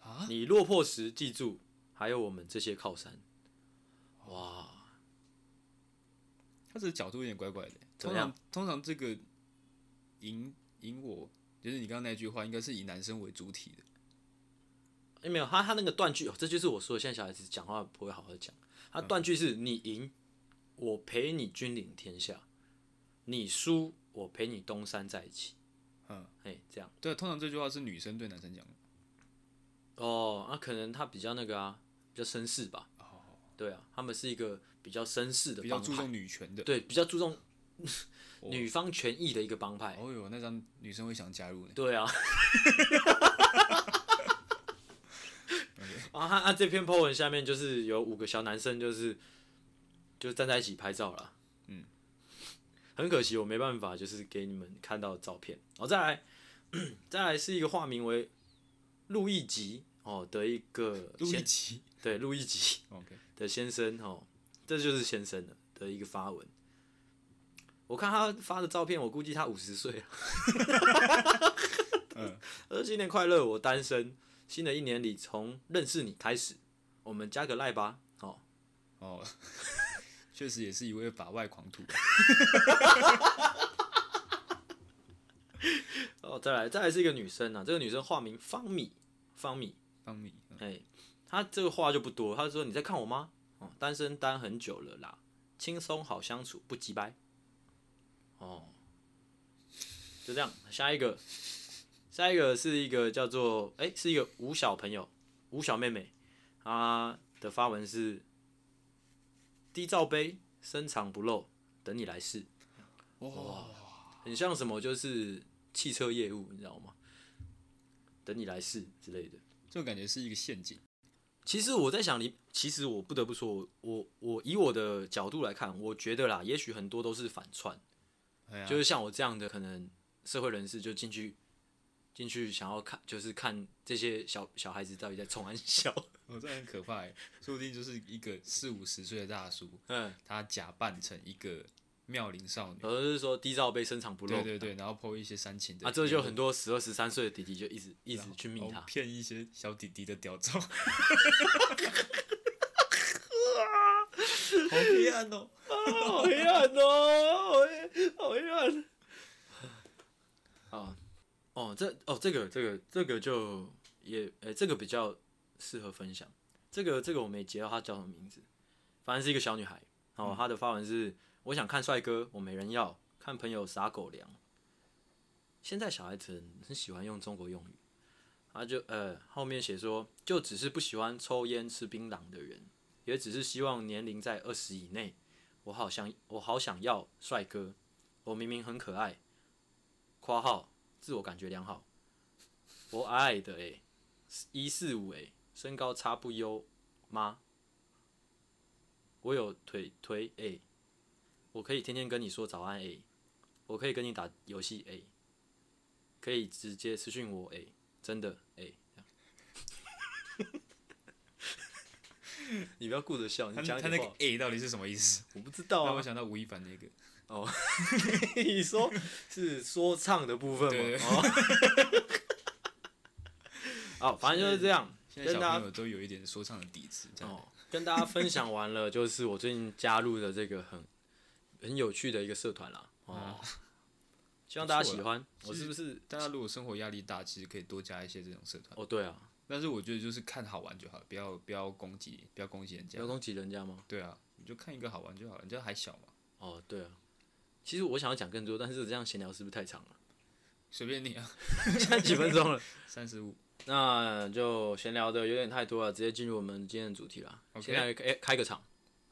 S2: 啊
S1: 你落魄时记住，还有我们这些靠山。哇，
S2: 他这个角度有点怪怪的。
S1: 怎么
S2: 通常通常这个赢赢我，就是你刚刚那句话，应该是以男生为主体的。
S1: 哎、没有，他他那个断句、哦，这就是我说的，现在小孩子讲话不会好好讲。他
S2: 嗯
S1: 断句是你赢，我陪你君临天下；你输，我陪你东山再起。
S2: 嗯，
S1: 哎、这样
S2: 对，通常这句话是女生对男生讲的。
S1: 哦，那、可能他比较那个啊，比较绅士吧。
S2: 哦，
S1: 对啊，他们是一个比较绅士的
S2: 比较
S1: 帮
S2: 注
S1: 派，
S2: 重女权的。
S1: 对，比较注 重
S2: 哦
S1: 女方权益的一个帮派。
S2: 哦哟，那张女生会想加入呢。
S1: 对啊。啊，他他这篇 po 文下面就是有五个小男生，就是就站在一起拍照了。
S2: 嗯，
S1: 很可惜我没办法，就是给你们看到照片。哦，再来，再来是一个化名为陆一吉哦的一个
S2: 录一
S1: 先
S2: 集。
S1: 对陆一吉
S2: OK，
S1: 的先生哦，这就是先生了的一个发文。我看他发的照片，我估计他五十岁啊了
S2: 嗯。
S1: 呃，新年快乐，我单身。新的一年里，从认识你开始，我们加个赖吧。哦，
S2: 哦， 啊确实也是一位法外狂徒。
S1: 哦再来，再来是一个女生啊，这个女生化名方米，方米，
S2: 方米，嗯
S1: 哎、她这个话就不多，她说你在看我吗？哦，单身单很久了啦，轻松好相处，不急掰。哦，就这样，下一个，下一个是一个叫做哎、是一个吴小朋友，吴小妹妹，她的发文是低罩杯，深藏不露，等你来试。
S2: 哇，
S1: 很像什么，就是汽车业务，你知道吗？等你来试之类的。
S2: 这种感觉是一个陷阱。
S1: 其实我在想，你其实我不得不说，我我我以我的角度来看，我觉得啦，也许很多都是反串，
S2: 哎呀
S1: 就是像我这样的可能社会人士就进去进去想要看，就是看这些小小孩子到底在冲安 笑，
S2: 哦，这很可怕欸，说不定就是一个四五十岁的大叔，
S1: 嗯，
S2: 他假扮成一个妙龄少女，
S1: 然后就是说低罩杯深藏不露
S2: 对对对，然后 PO 一些煽情的
S1: 呃哦啊，这就
S2: 言
S1: 很多十二十三岁的弟弟就一直一直
S2: 论
S1: 去
S2: 然
S1: 密
S2: 后哦
S1: 他，
S2: 骗一些小弟弟的屌照，好黑暗哦！
S1: 好黑暗哦，好黑，好黑暗。啊，哦，这哦，这个这个这个就也，呃、这个比较适合分享。这个这个我没截到她叫什么名字，反正是一个小女孩。哦，她的发文是：我想看帅哥，我没人要，看朋友撒狗粮。现在小孩子很很喜欢用中国用语，他就呃后面写说，就只是不喜欢抽烟吃槟榔的人，也只是希望年龄在二十以内。我好想，我好想要帅哥，我明明很可爱。（括号自我感觉良好）我矮矮的诶、一四五诶，身高差不优吗？我有腿腿诶、我可以天天跟你说早安诶、我可以跟你打游戏诶、可以直接私讯我诶、欸真的欸诶、这样 你不要顾着笑，
S2: 他
S1: 你讲一
S2: 他
S1: 点
S2: 那
S1: 话
S2: 个 A 到底是什么 意思？
S1: 我不知道
S2: 让
S1: 啊
S2: 我，想到吴亦凡那个，
S1: 你说是说唱的部分
S2: 对
S1: 吗？哦， 好，反正就是这样，
S2: 现在
S1: 跟
S2: 小
S1: 大
S2: 朋
S1: 家
S2: 友都有一点说唱的底子，这样
S1: 哦，跟大家分享完了，就是我最近加入的这个很很有趣的一个社团啦，哦，希望大家喜欢。
S2: 啊不错啦啊
S1: 我是不是？
S2: 大家如果生活压力大，其实可以多加一些这种社团，
S1: 哦，对啊，
S2: 但是我觉得就是看好玩就好了，不要不要攻击，不要攻击人
S1: 不
S2: 家
S1: 要。攻击人家吗？
S2: 对啊，你就看一个好玩就好了，人家还小嘛，
S1: 哦，对啊。其实我想要讲更多，但是这样闲聊是不是太长了？
S2: 随便你啊，
S1: 现在几分钟了，
S2: 三十五。
S1: 那就闲聊的有点太多了，直接进入我们今天的主题啦。
S2: OK
S1: 现在开开个场。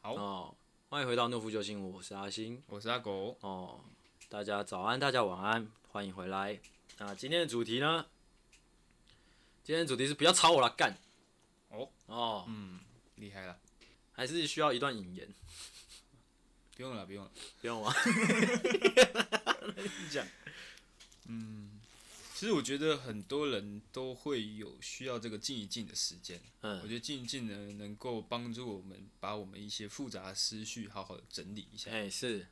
S2: 好
S1: 哦，欢迎回到诺夫救星，我是阿星。
S2: 我是阿狗，
S1: 哦，大家早安，大家晚安，欢迎回来。那今天的主题呢？今天的主题是不要吵我了，干。
S2: 哦
S1: 哦，
S2: 嗯，厉害了，
S1: 还是需要一段引言，
S2: 不用了，不用了。
S1: 不用吗？
S2: 其实我觉得很多人都会有需要这个静一静的时间。
S1: 嗯
S2: 我觉得静一静呢，能够帮助我们把我们一些复杂的思绪好好的整理一下。
S1: 哎、是，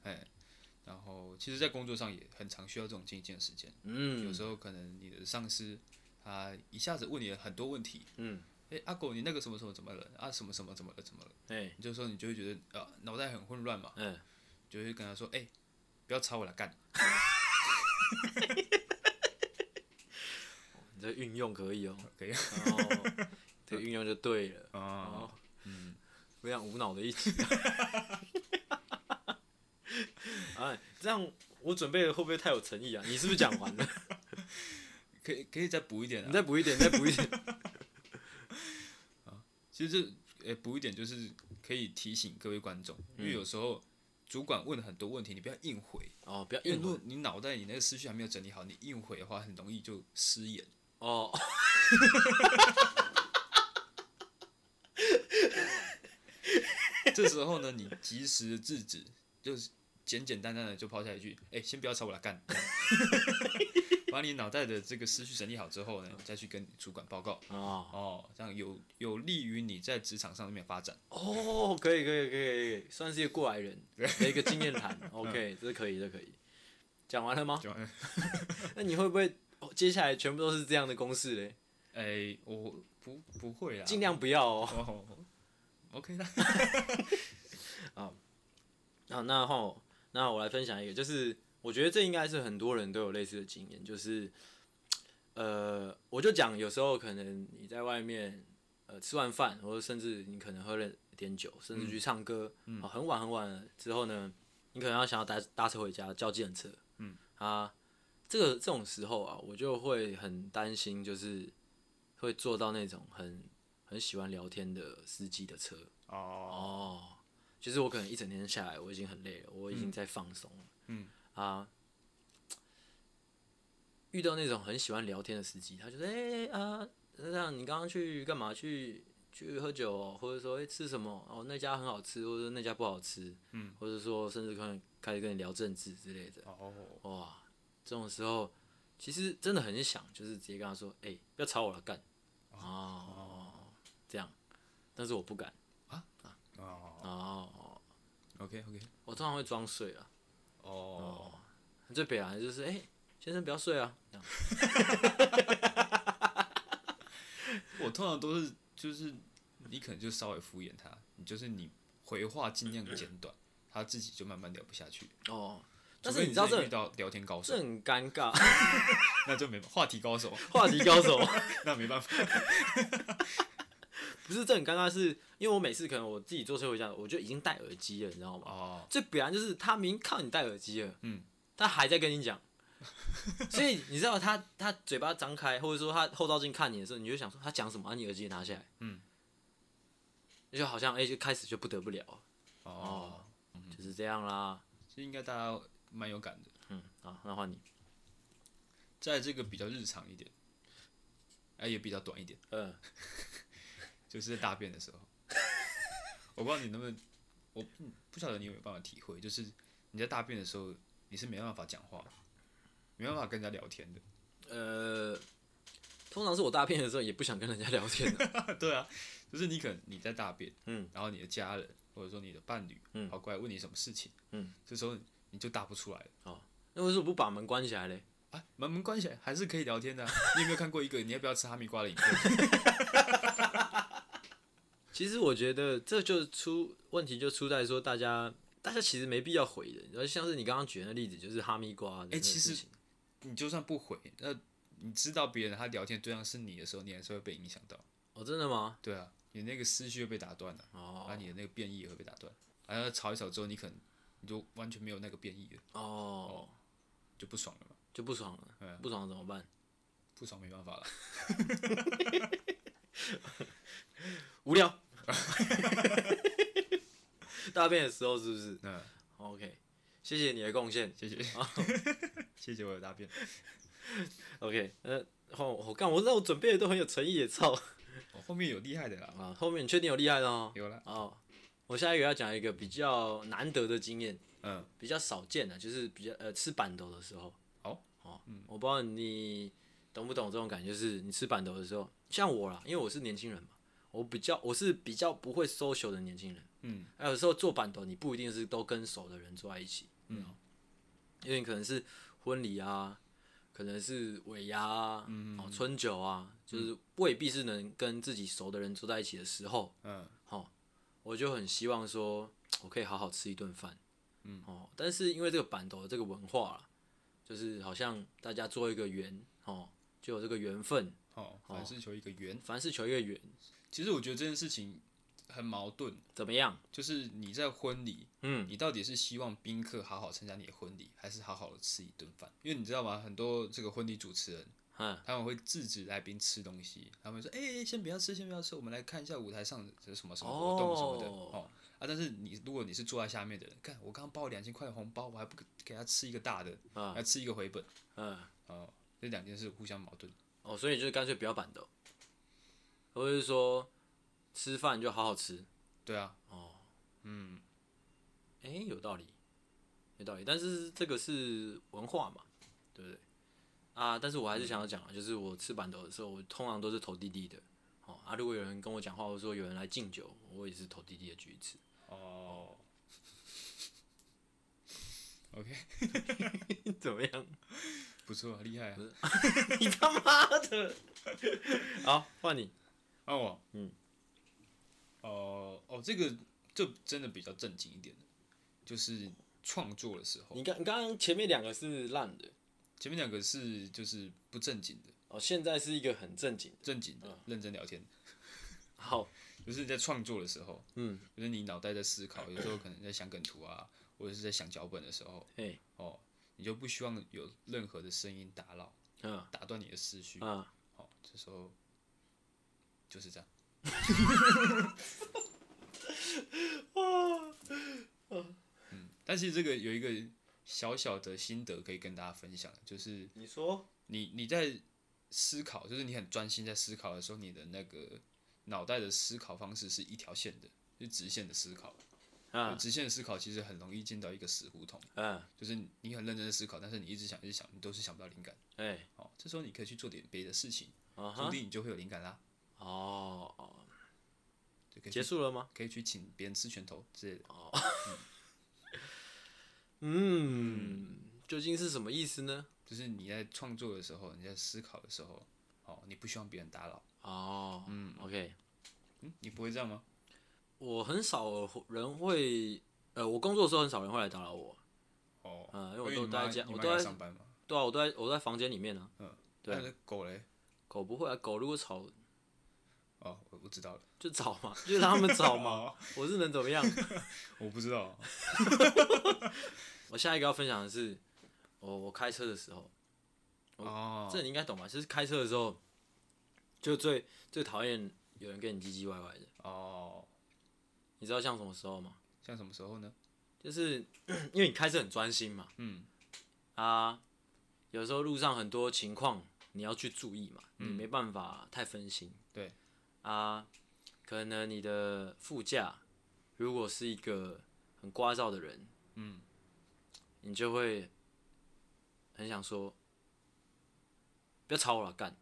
S2: 然后，其实，在工作上也很常需要这种静一静的时间。有
S1: 嗯，
S2: 时候可能你的上司他一下子问你很多问题，
S1: 嗯，
S2: 哎、阿狗，你那个什么什么怎么了？啊，什么什么怎么了？怎么了？
S1: 哎、
S2: 你这时候你就会觉得啊，脑袋很混乱嘛，
S1: 嗯，
S2: 就会跟他说，哎、不要吵我了，干。
S1: 你这运用可以哦，
S2: 可以
S1: 哦，这个运用就对了，哦
S2: 啊，
S1: 嗯非常无脑的一集。 哎，这样我准备的会不会太有诚意啊？你是不是讲完了？
S2: 可以可以再补一点啊
S1: 你。再补一点，再补一点。
S2: 其实这呃补一点就是可以提醒各位观众，
S1: 嗯
S2: 因为有时候主管问了很多问题，你不要硬回，
S1: 哦，不要
S2: 因为
S1: 硬
S2: 如
S1: 论
S2: 果你脑袋你那个思绪还没有整理好，你硬回的话，很容易就失言。
S1: 哦。
S2: 这时候呢，你及时的制止，就是简简单单的就抛下一句：“哎、先不要吵我来干。”把你脑袋的这个思绪整理好之后呢，再去跟主管报告。
S1: 哦
S2: 哦，这样有有利于你在职场上面发展。
S1: 哦，可以可以可以，可以，算是一个过来人的一个经验 谈。OK，这可以，这可以。讲完了吗？
S2: 讲完了
S1: 那你会不会、哦接下来全部都是这样的公式嘞？
S2: 哎、我不不会啦，
S1: 尽量不要哦。
S2: 哦，OK 啦。
S1: 啊，那吼，那我来分享一个，就是我觉得这应该是很多人都有类似的经验，就是呃，我就讲有时候可能你在外面呃吃完饭，或者甚至你可能喝了点酒，甚至去唱歌，啊很晚很晚了之后呢，你可能要想要搭搭车回家，叫计程车，嗯啊，这个这种时候啊，我就会很担心，就是会坐到那种很很喜欢聊天的司机的车，
S2: 哦，
S1: 哦，就是我可能一整天下来，我已经很累了，我已经在放松了。
S2: 嗯
S1: 啊，遇到那种很喜欢聊天的司机，他就说：“哎、啊，这样你刚刚去干嘛？去去喝酒哦、或者说哎、吃什么？哦那家很好吃，或者说那家不好吃。嗯，或者说甚至可能开始跟你聊政治之类的。
S2: 哦，
S1: 哇，这种时候其实真的很想，就是直接跟他说：“哎、不要吵我了，干。”哦，这样，但是我不敢。
S2: 哦
S1: 哦。
S2: ，OK OK，
S1: 我通常会装睡啊，
S2: 哦，
S1: 最北啊就是哎、欸先生不要睡啊，这样
S2: 我通常都是就是你可能就稍微敷衍他，你就是你回话尽量简短，他自己就慢慢聊不下去。
S1: 哦。但
S2: 除
S1: 是
S2: 非
S1: 你知道
S2: 真的
S1: 这
S2: 遇到聊天高
S1: 这
S2: 手，
S1: 很哦尴尬，
S2: 那就没办法话题高手，
S1: 话题高手
S2: 那没办法。
S1: 不是这很尴尬，是因为我每次可能我自己坐车回家，我就已经戴耳机了，你知道吗？
S2: 哦，
S1: 最北然就是他明明看到你戴耳机了，
S2: 嗯，
S1: 他还在跟你 讲，所以你知道他他嘴巴张开，或者说他后照镜看你的时候，你就想说他讲什么，啊、你耳机也拿下来，
S2: 嗯，
S1: 就好像哎、欸就开始就不得不聊，
S2: 哦，
S1: 就是这样啦，
S2: 这应该大家蛮有感的。
S1: 嗯，好，那换你，
S2: 在这个比较日常一点，哎、也比较短一点，
S1: 嗯、
S2: 就是在大便 的时候。我不知道你能不能，我不不晓得你有没有办法体会，就是你在大便的时候，你是没办法讲话，没办法跟人家聊天的。
S1: 呃，通常是我大便的时候也不想跟人家聊天 的
S2: 对啊，就是你可能你在大便，
S1: 嗯，
S2: 然后你的家人或者说你的伴侣，
S1: 嗯
S2: 跑过来问你什么事情，
S1: 嗯，
S2: 这时候你就答不出来了
S1: 那为什么不把门关起来嘞？
S2: 啊，门门关起来还是可以聊天的啊、你有没有看过一个你要不要吃哈密瓜的影片？
S1: 其实我觉得这就出问题，就出在说大家大家其实没必要回的，而像是你刚刚举的那例子，就是哈密瓜的那个
S2: 其实
S1: 事情
S2: 你就算不回，那你知道别人他聊天对象是你的时候，你还是会被影响到。
S1: 哦，真的吗？
S2: 对啊，你那个思绪会被打断的、啊，
S1: 哦
S2: 你的那个变异也会被打断。然后吵一吵之后，你可能你就完全没有那个变异了，
S1: 哦，
S2: 就不爽了嘛。
S1: 就不爽
S2: 嗯
S1: 了，不爽了怎么办？
S2: 不爽没办法了，
S1: 无 聊。大便的时候是不是
S2: 那
S1: ？OK，谢谢你的贡献。
S2: 谢谢，谢谢我的大便。
S1: OK，呃，换我，我干，我让我准备的都很有诚意耶，操！
S2: 我、哦后面有厉害的啦，
S1: 啊，后面你确定有厉害的哦？
S2: 有啦，
S1: 哦，我下一个要讲一个比较难得的经验，
S2: 嗯，
S1: 比较少见的，就是比较呃吃板豆的时候。
S2: 哦
S1: 哦，我不知道你懂不懂这种感觉，就是你吃板豆的时候，像我啦，因为我是年轻人嘛，我比较我是比较不会 social 的年轻人。
S2: 嗯，
S1: 还有时候做板豆，你不一定是都跟熟的人坐在一起，
S2: 嗯，
S1: 因为你可能是婚礼啊，可能是尾牙啊，嗯、哦春酒啊，
S2: 嗯
S1: 就是未必是能跟自己熟的人坐在一起的时候。
S2: 嗯，
S1: 我就很希望说，我可以好好吃一顿饭，嗯哦，但是因为这个板头的这个文化啦，就是好像大家做一个圆哦，就有这个缘分，
S2: 好、凡事求一个圆。
S1: 凡事求一个圆，
S2: 其实我觉得这件事情很矛盾，
S1: 怎么样？
S2: 就是你在婚礼，
S1: 嗯，
S2: 你到底是希望宾客好好参加你的婚礼，还是好好的吃一顿饭？因为你知道吗？很多这个婚礼主持人，
S1: 嗯，
S2: 他们会制止来宾吃东西，他们会说：“哎、先不要吃，先不要吃，我们来看一下舞台上有什么什么活动什么的。
S1: 哦
S2: 哦”啊，但是你如果你是坐在下面的人，看我刚刚包了两千块的红包，我还不给给他吃一个大的，
S1: 啊
S2: 要吃一个回本，
S1: 嗯，
S2: 哦，这两件事互相矛盾。
S1: 哦，所以就是干脆不要板头，或者是说吃饭就好好吃，
S2: 对啊，
S1: 哎、有道理，有道理，但是这个是文化嘛，对不对？啊，但是我还是想要讲啊，就是我吃板头的时候，我通常都是投滴滴的，哦啊，如果有人跟我讲话，或者说有人来敬酒，我也是投滴滴的举止。
S2: 哦，OK，
S1: 怎么样？
S2: 不错，厉害啊！
S1: 你他妈的！ 好，换你。
S2: 啊我，
S1: 嗯，
S2: 哦、哦，这个就真的比较正经一点的，就是创作的时候，
S1: 你刚你刚刚前面两个是烂的，
S2: 前面两个是就是不正经的，
S1: 哦，现在是一个很正经，
S2: 正经的、认真聊天，
S1: 好，
S2: 就是你在创作的时候，
S1: 嗯，
S2: 就是你脑袋在思考，有时候可能在想梗图啊，或者是在想脚本的时候，
S1: 嘿，
S2: 哦，你就不希望有任何的声音打扰、
S1: 嗯
S2: 打断你的思绪，
S1: 嗯，
S2: 哦，这时候就是这样。
S1: 啊
S2: 嗯，但是这个有一个小小的心得可以跟大家分享，就是
S1: 你说，
S2: 你你在思考，就是你很专心在思考的时候，你的那个脑袋的思考方式是一条线的，是直线的思考。
S1: 嗯
S2: 直线的思考其实很容易进到一个死胡同，
S1: 嗯，
S2: 就是你很认真的思考，但是你一直想一直想，你都是想不到灵感。
S1: 哎，
S2: 哦，这时候你可以去做点别的事情，
S1: 啊
S2: 说不
S1: 哈，
S2: 定你就会有灵感啦。
S1: 哦，哦
S2: 就可以
S1: 结
S2: 去
S1: 束了吗？
S2: 可以去请别人吃拳头之类的。
S1: 嗯，究竟是什么意思呢？
S2: 就是你在创作的时候，你在思考的时候，哦，你不希望别人打扰。
S1: 哦，嗯，OK，
S2: 嗯，你不会这样吗？
S1: 我很少人会，呃，我工作的时候很少人会来打扰我，
S2: 哦，
S1: 嗯因为
S2: 因
S1: 我都
S2: 为你
S1: 待
S2: 妈
S1: 在家
S2: 你
S1: 我
S2: 妈
S1: 都
S2: 要
S1: 在
S2: 上班嘛。
S1: 对啊，我都在我都在房间里面呢、
S2: 嗯，
S1: 对
S2: 那狗嘞？
S1: 狗不会啊，狗如果吵
S2: 哦，我我知道了。
S1: 就吵嘛，就让他们吵嘛，
S2: 哦，
S1: 我是能怎么样？
S2: 我不知道。
S1: 我下一个要分享的是，我我开车的时候，
S2: 哦，
S1: 这你应该懂吧？就是开车的时候，就最最讨厌有人跟你唧唧歪歪的。
S2: 哦，
S1: 你知道像什么时候吗？
S2: 像什么时候呢？
S1: 就是 因为你开车很专心嘛，
S2: 嗯，
S1: 啊，有时候路上很多情况你要去注意嘛，你没办法太分心。
S2: 嗯对，
S1: 啊，可能你的副驾如果是一个很聒噪的人，
S2: 嗯，
S1: 你就会很想说，不要吵我了，干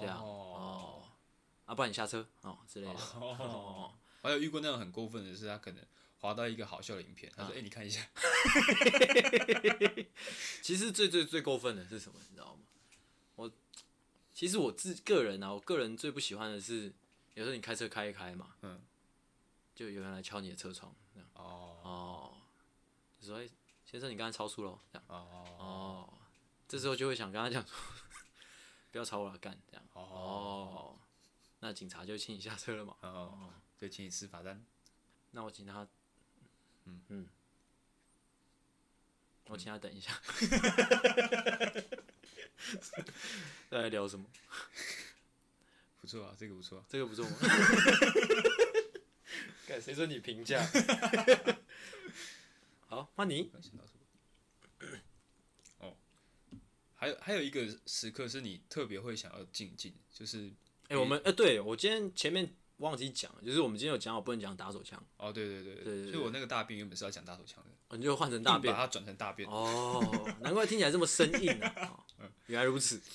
S1: 这样
S2: 哦，
S1: 哦，啊，不然你下车哦之类的。
S2: 哦，我有遇过那种很过分的是，他可能滑到一个好笑的影片，
S1: 嗯
S2: 他说：“哎、你看一下。
S1: 其实最最最过分的是什么，你知道吗？我其实我自个人啊，我个人最不喜欢的是，有时候你开车开一开嘛，
S2: 嗯，
S1: 就有人来敲你的车窗，”
S2: 哦
S1: 哦，就说哎、先生你刚才超速了，这样，
S2: 哦
S1: 哦，这时候就会想跟他讲说， 不要吵我了，干这
S2: 哦
S1: 样，哦，那警察就请你下车了嘛，
S2: 哦，就请你吃罚单。
S1: 那我请他，嗯嗯，我请他等一下。 在聊什么？
S2: 不错啊，这个不错啊、
S1: 这个不错 吗？看谁说你评 价？好，换你。
S2: 我想到什么？哦，还有还有一个时刻是你特别会想要静静，就是
S1: 哎、我们哎、对我今天前面忘记讲，就是我们今天有讲好不能讲打手枪，
S2: 哦，对对对
S1: 对对对
S2: 所以我那个大便原本是要讲大手枪的，
S1: 哦你就换成大
S2: 硬
S1: 便
S2: 把。它转成大便，
S1: 哦，难怪听起来这么生硬 啊！哦原来如此。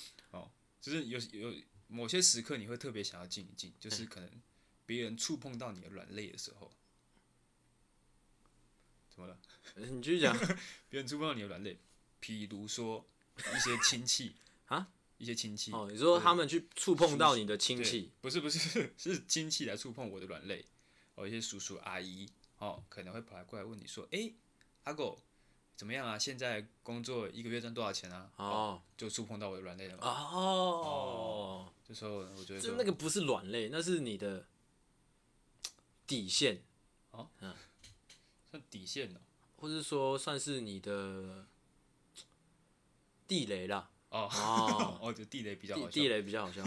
S2: 就是有有某些时刻你会特别想要静一静，
S1: 哎
S2: 就是可能别人触碰到你的软肋的时候，怎么了？
S1: 你继续 讲。
S2: 别人触碰到你的软肋，比如说一些亲戚
S1: 啊，
S2: 一些亲戚
S1: 哦，你说他们去触碰到你的亲
S2: 对
S1: 戚，
S2: 不是不是 是亲戚来触碰我的软肋，哦，一些叔叔阿姨哦，可能会跑来过来问你说，诶，阿狗怎么样啊？现在工作一个月赚多少钱啊？
S1: 哦
S2: 就触碰到我的软肋了嘛。
S1: 哦，
S2: 这时候呢我觉得
S1: 就
S2: 说，
S1: 那个不是软肋，那是你的底线，
S2: 算底线了、
S1: 或是说算是你的地雷啦。
S2: 哦。
S1: 哦，
S2: 哦，就地雷比较
S1: 地
S2: 好笑
S1: 地雷比较 好笑。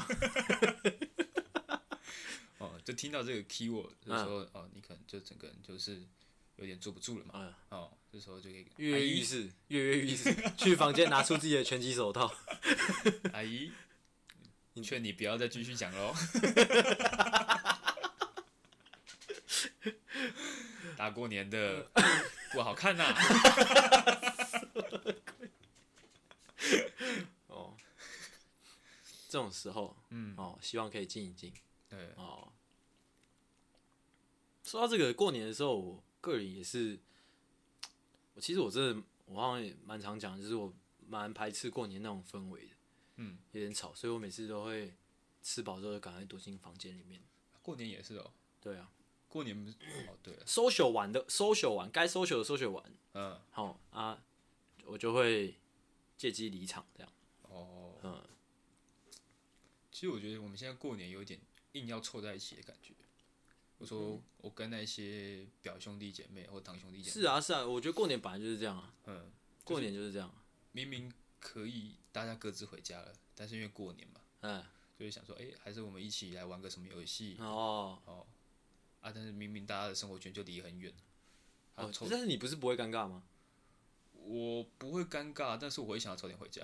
S2: 哦，就听到这个 keyword 的时候，
S1: 嗯
S2: 哦，你可能就整个人就是有点坐不住了嘛，
S1: 嗯
S2: 哦，这时候就可以
S1: 跃跃欲试，跃跃欲试，去房间拿出自己的拳击手套。
S2: 阿姨，劝你不要再继续讲喽。大过年的不好看呐、
S1: 哦，这种时候，
S2: 嗯，
S1: 哦，希望可以静一静。
S2: 对，
S1: 哦，说到这个，过年的时候，我个人也是，我其实我真的，我好像也蛮常讲，就是我蛮排斥过年那种氛围的，
S2: 嗯，
S1: 有点吵，所以我每次都会吃饱之后就赶快躲进房间里面。
S2: 过年也是哦。
S1: 对啊
S2: 过年不是哦，对了，
S1: ，social 完的 social 完，该 social 的 social 完，
S2: 嗯，
S1: 好啊，我就会借机离场这样。
S2: 哦，
S1: 嗯，
S2: 其实我觉得我们现在过年有点硬要凑在一起的感觉。我说我跟那些表兄弟姐妹或堂兄弟姐
S1: 嗯
S2: 妹，
S1: 是啊，是啊，我觉得过年本来就是这样啊，
S2: 嗯，
S1: 过年就是这样，啊
S2: 明明可以大家各自回家了，但是因为过年嘛，
S1: 嗯，
S2: 所以想说，哎、还是我们一起来玩个什么游戏
S1: 哦，
S2: 啊？但是明明大家的生活圈就离很远，啊，
S1: 哦
S2: 凑，
S1: 但是你不是不会尴尬 吗？
S2: 我不会尴尬，但是我会想要早点回家，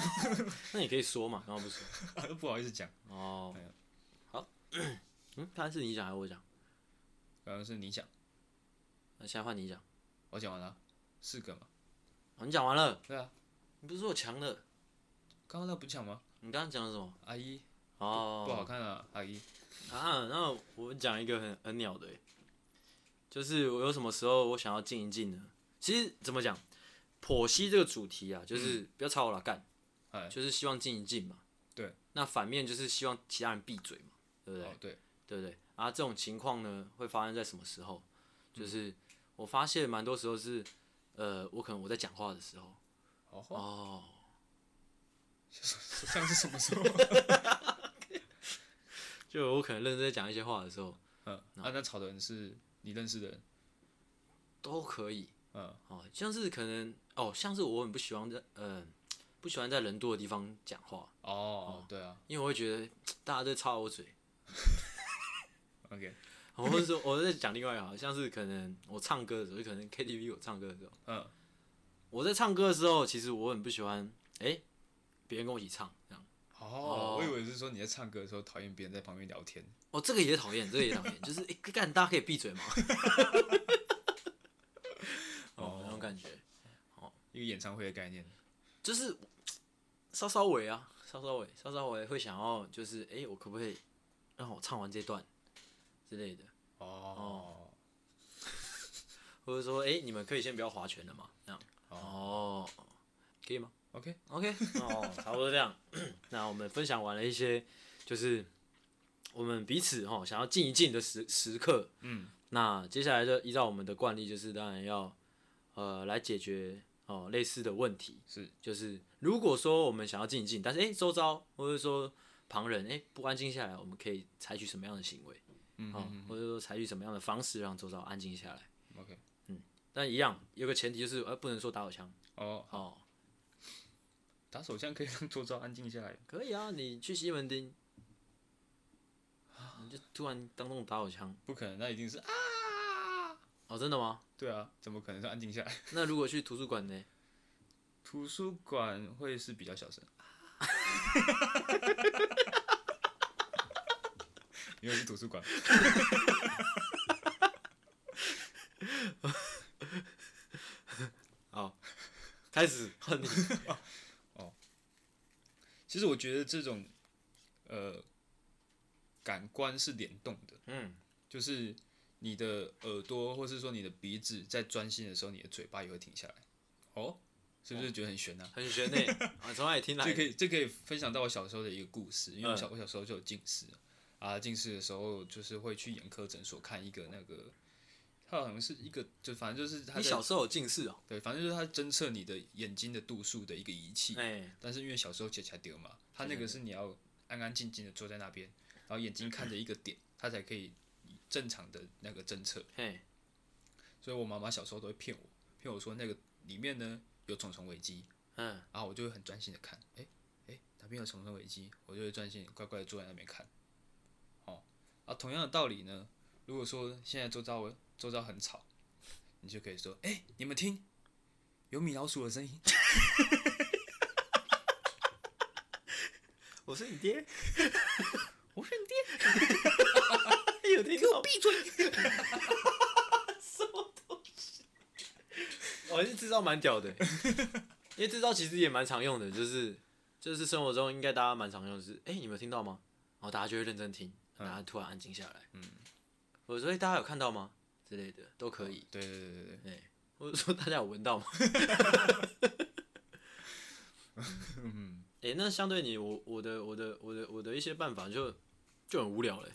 S1: 那你可以说嘛，然后不说。
S2: 不好意思讲。
S1: 哦
S2: 哎呀，
S1: 好， 嗯，刚才是你讲还是我讲？
S2: 刚刚是你讲，
S1: 那现在换你讲。
S2: 我讲完了，四个嘛，
S1: 哦你讲完了，
S2: 对啊，
S1: 你不是说我强的？
S2: 刚刚那不讲吗？
S1: 你刚刚讲了什么？
S2: 阿姨不
S1: 哦，
S2: 好看啊，阿姨，
S1: 啊，那我讲一个很很鸟的欸，就是我有什么时候我想要静一静呢？其实怎么讲，剖析这个主题啊，就是不要吵我啦，干
S2: 嗯哎，
S1: 就是希望静一静嘛。
S2: 对。
S1: 那反面就是希望其他人闭嘴嘛，对不对？
S2: 哦对，
S1: 对不对？啊，这种情况呢，会发生在什么时候？就是我发现蛮多时候是，呃，我可能我在讲话的时候，
S2: 好好。
S1: 哦，
S2: 像是什么时候？ 嗯
S1: 就我可能认真在讲一些话的时候，
S2: 嗯，啊，那吵的人是你认识的人，
S1: 都可以。
S2: 嗯，
S1: 哦，像是可能，哦，像是我很不喜欢在，嗯、不喜欢在人多的地方讲话，
S2: 哦，对啊
S1: 因为我会觉得大家都在插我嘴。
S2: ，OK，
S1: 我是说，我在讲另外一个，好像是可能我唱歌的时候，就可能 KTV 我唱歌的时候，
S2: 嗯，
S1: 我在唱歌的时候，其实我很不喜欢，哎、别人跟我一起唱这样。
S2: 哦，我以为是说你在唱歌的时候讨厌别人在旁边聊天，
S1: 哦，这个也讨厌，这个也讨厌，就是诶，干、大家可以闭嘴 吗？哦，那种感觉，
S2: 一个演唱会的概念，
S1: 就是稍稍微啊，稍稍微，稍稍微会想要，就是诶，我可不可以让我唱完这段之类的，
S2: 哦，
S1: 或者说诶，你们可以先不要划拳了嘛，这样。哦，可以吗
S2: OK
S1: ？OK，哦，差不多这样。 那我们分享完了一些，就是我们彼此哈想要静一静的时时刻，
S2: 嗯，
S1: 那接下来就依照我们的惯例，就是当然要呃来解决哦、类似的问题。
S2: 是，
S1: 就是如果说我们想要静一静，但是诶周遭或者说旁人诶不安静下来，我们可以采取什么样的行为？
S2: 嗯嗯
S1: 哦，或者说采取什么样的方式让周遭安静下来？
S2: ，OK，
S1: 但一样有个前提就是呃不能说打手枪
S2: 哦，
S1: 哦，
S2: 打手枪可以让周遭安静下来，
S1: 可以啊，你去西门町。
S2: 啊
S1: 你就突然当众打手枪
S2: 不可能，那一定是啊，
S1: 哦？真的吗？
S2: 对啊，怎么可能是安静下来？
S1: 那如果去图书馆呢？
S2: 图书馆会是比较小声， 因为是图书馆，
S1: 哦开始换你
S2: 其实我觉得这种，呃，感官是联动的，
S1: 嗯，
S2: 就是你的耳朵或是说你的鼻子在专心的时候，你的嘴巴也会停下来。哦，是不是觉得很悬啊？
S1: 很悬呢、我从哪里听来
S2: 这
S1: 的？
S2: 可以这可以分享到我小时候的一个故事，因
S1: 嗯
S2: 为我小我小时候就有近视啊，近视的时候就是会去眼科诊所看一个那个，它好像是一个就反正就是它
S1: 你
S2: 在
S1: 小时候有近视哦、
S2: 对，反正就是它侦测你的眼睛的度数的一个仪器。
S1: 哎、
S2: 但是因为小时候姐姐丢嘛，他那个是你要安安静静的坐在那边，然后眼睛看着一个点，他才可以正常的那个侦测。
S1: 嘿，
S2: 所以我妈妈小时候都会骗我，骗我说那个里面呢有虫虫危机，
S1: 嗯，
S2: 然后我就会很专心的看，诶诶，哪边有虫虫危机，我就会专心地乖乖的坐在那边看。哦，啊，同样的道理呢，如果说现在周遭周遭很吵，你就可以说，诶，你们听，有米老鼠的声音。
S1: 我是你爹，
S2: 我是你
S1: 爹， 有听到？
S2: 闭嘴！
S1: 我是这招蛮屌的欸、因为这招其实也蛮常用的，就是就是生活中应该大家蛮常用，就是哎、欸你们有听到吗？然后大家就会认真听，
S2: 嗯
S1: 然后突然安静下来，嗯，我说、欸、大家有看到吗？之类的都可以，
S2: 对对对对对。
S1: 或者说大家有闻到吗？ 嗯，哎、那相对你，我我的我的我的我的一些办法就就很无聊嘞、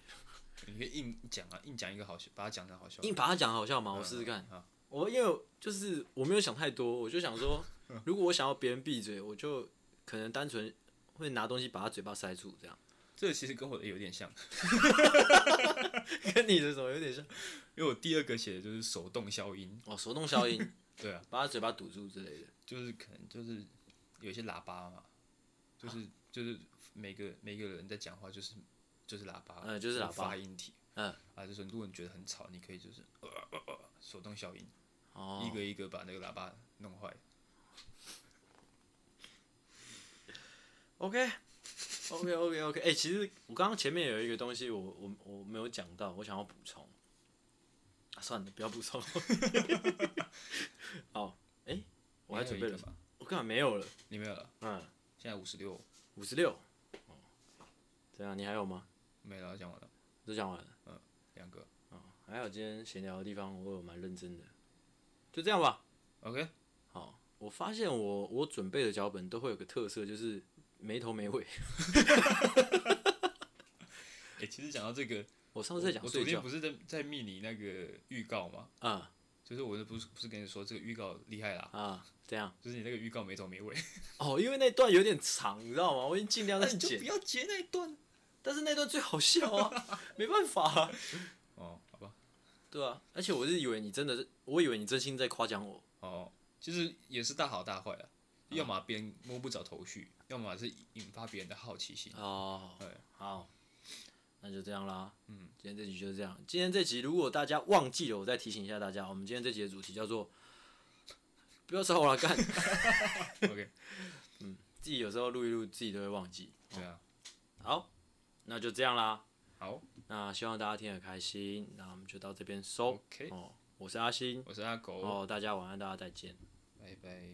S2: 你可以硬讲啊，硬讲一个好笑，把它讲成好笑。
S1: 硬把它讲好笑
S2: 嗯
S1: 嘛，我试试看。我因为就是我没有想太多，我就想 说，如果我想要别人闭嘴，我就可能单纯会拿东西把他嘴巴塞住这样。
S2: 这个其实跟我的有点像，
S1: 跟你的什么有点像。
S2: 因为我第二个写的就是手动消音，
S1: 哦，手动消音，
S2: 对啊，
S1: 把他嘴巴堵住之类的。
S2: 就是可能就是有一些喇叭嘛，
S1: 啊
S2: 就是就是每个每个人在讲话就是就是喇叭，
S1: 嗯就是喇叭
S2: 发音体，
S1: 嗯
S2: 啊，就是如果你觉得很吵，你可以就是呃呃呃手动消音，
S1: 哦，
S2: 一个一个把那个喇叭弄坏。
S1: OK OK OK OK，哎、其实我刚刚前面有一个东西我，我我没有讲到，我想要补充。啊、算了，不要 补充。好，哎、我还准备了
S2: 吧？
S1: 我根本没有了。
S2: 你没有了，
S1: 嗯，
S2: 现在五十六
S1: 五十六。哦，怎样？你还有吗？
S2: 没了，讲完了
S1: 都讲完了。
S2: 两个
S1: 哦，还好今天闲聊的地方我有蛮认真的。就这样吧。
S2: ，OK，
S1: 好，我发现我我准备的脚本都会有个特色，就是没头没尾。
S2: 哎、其实讲到这个，
S1: 我上次在讲
S2: 我
S1: 睡
S2: 昨天
S1: 觉，
S2: 不是在在密你那个预告吗？
S1: 嗯
S2: 就是我不是不是跟你说这个预告厉害啦，
S1: 啊，这样。
S2: 就是你那个预告没头没尾，
S1: 哦，因为那段有点长，你知道吗？我已经尽量在
S2: 哎你就
S1: 剪
S2: 不，要截那一段
S1: 但是那段最好笑 啊，没办法、啊，
S2: 哦，好吧，
S1: 对啊。而且我是以为你真的是，我以为你真心在夸奖我，
S2: 哦，其实也是大好大坏啊，要么别人摸不着头绪，要么是引发别人的好奇心。
S1: 哦
S2: 对，
S1: 好，那就这样啦。嗯，今天这集就是这样。今天这集如果大家忘记了，我再提醒一下大家，我们今天这集的主题叫做“不要吵我了，干 嗯
S2: OK，”。
S1: 自己有时候录一录，自己都会忘记。
S2: 对啊，
S1: 好，那就这样啦。
S2: 好
S1: 那希望大家听得开心，那我们就到这边收。
S2: ，OK，
S1: 哦哦，我是阿星。
S2: 我是阿狗，
S1: 哦，大家晚安，大家再见。
S2: 拜拜。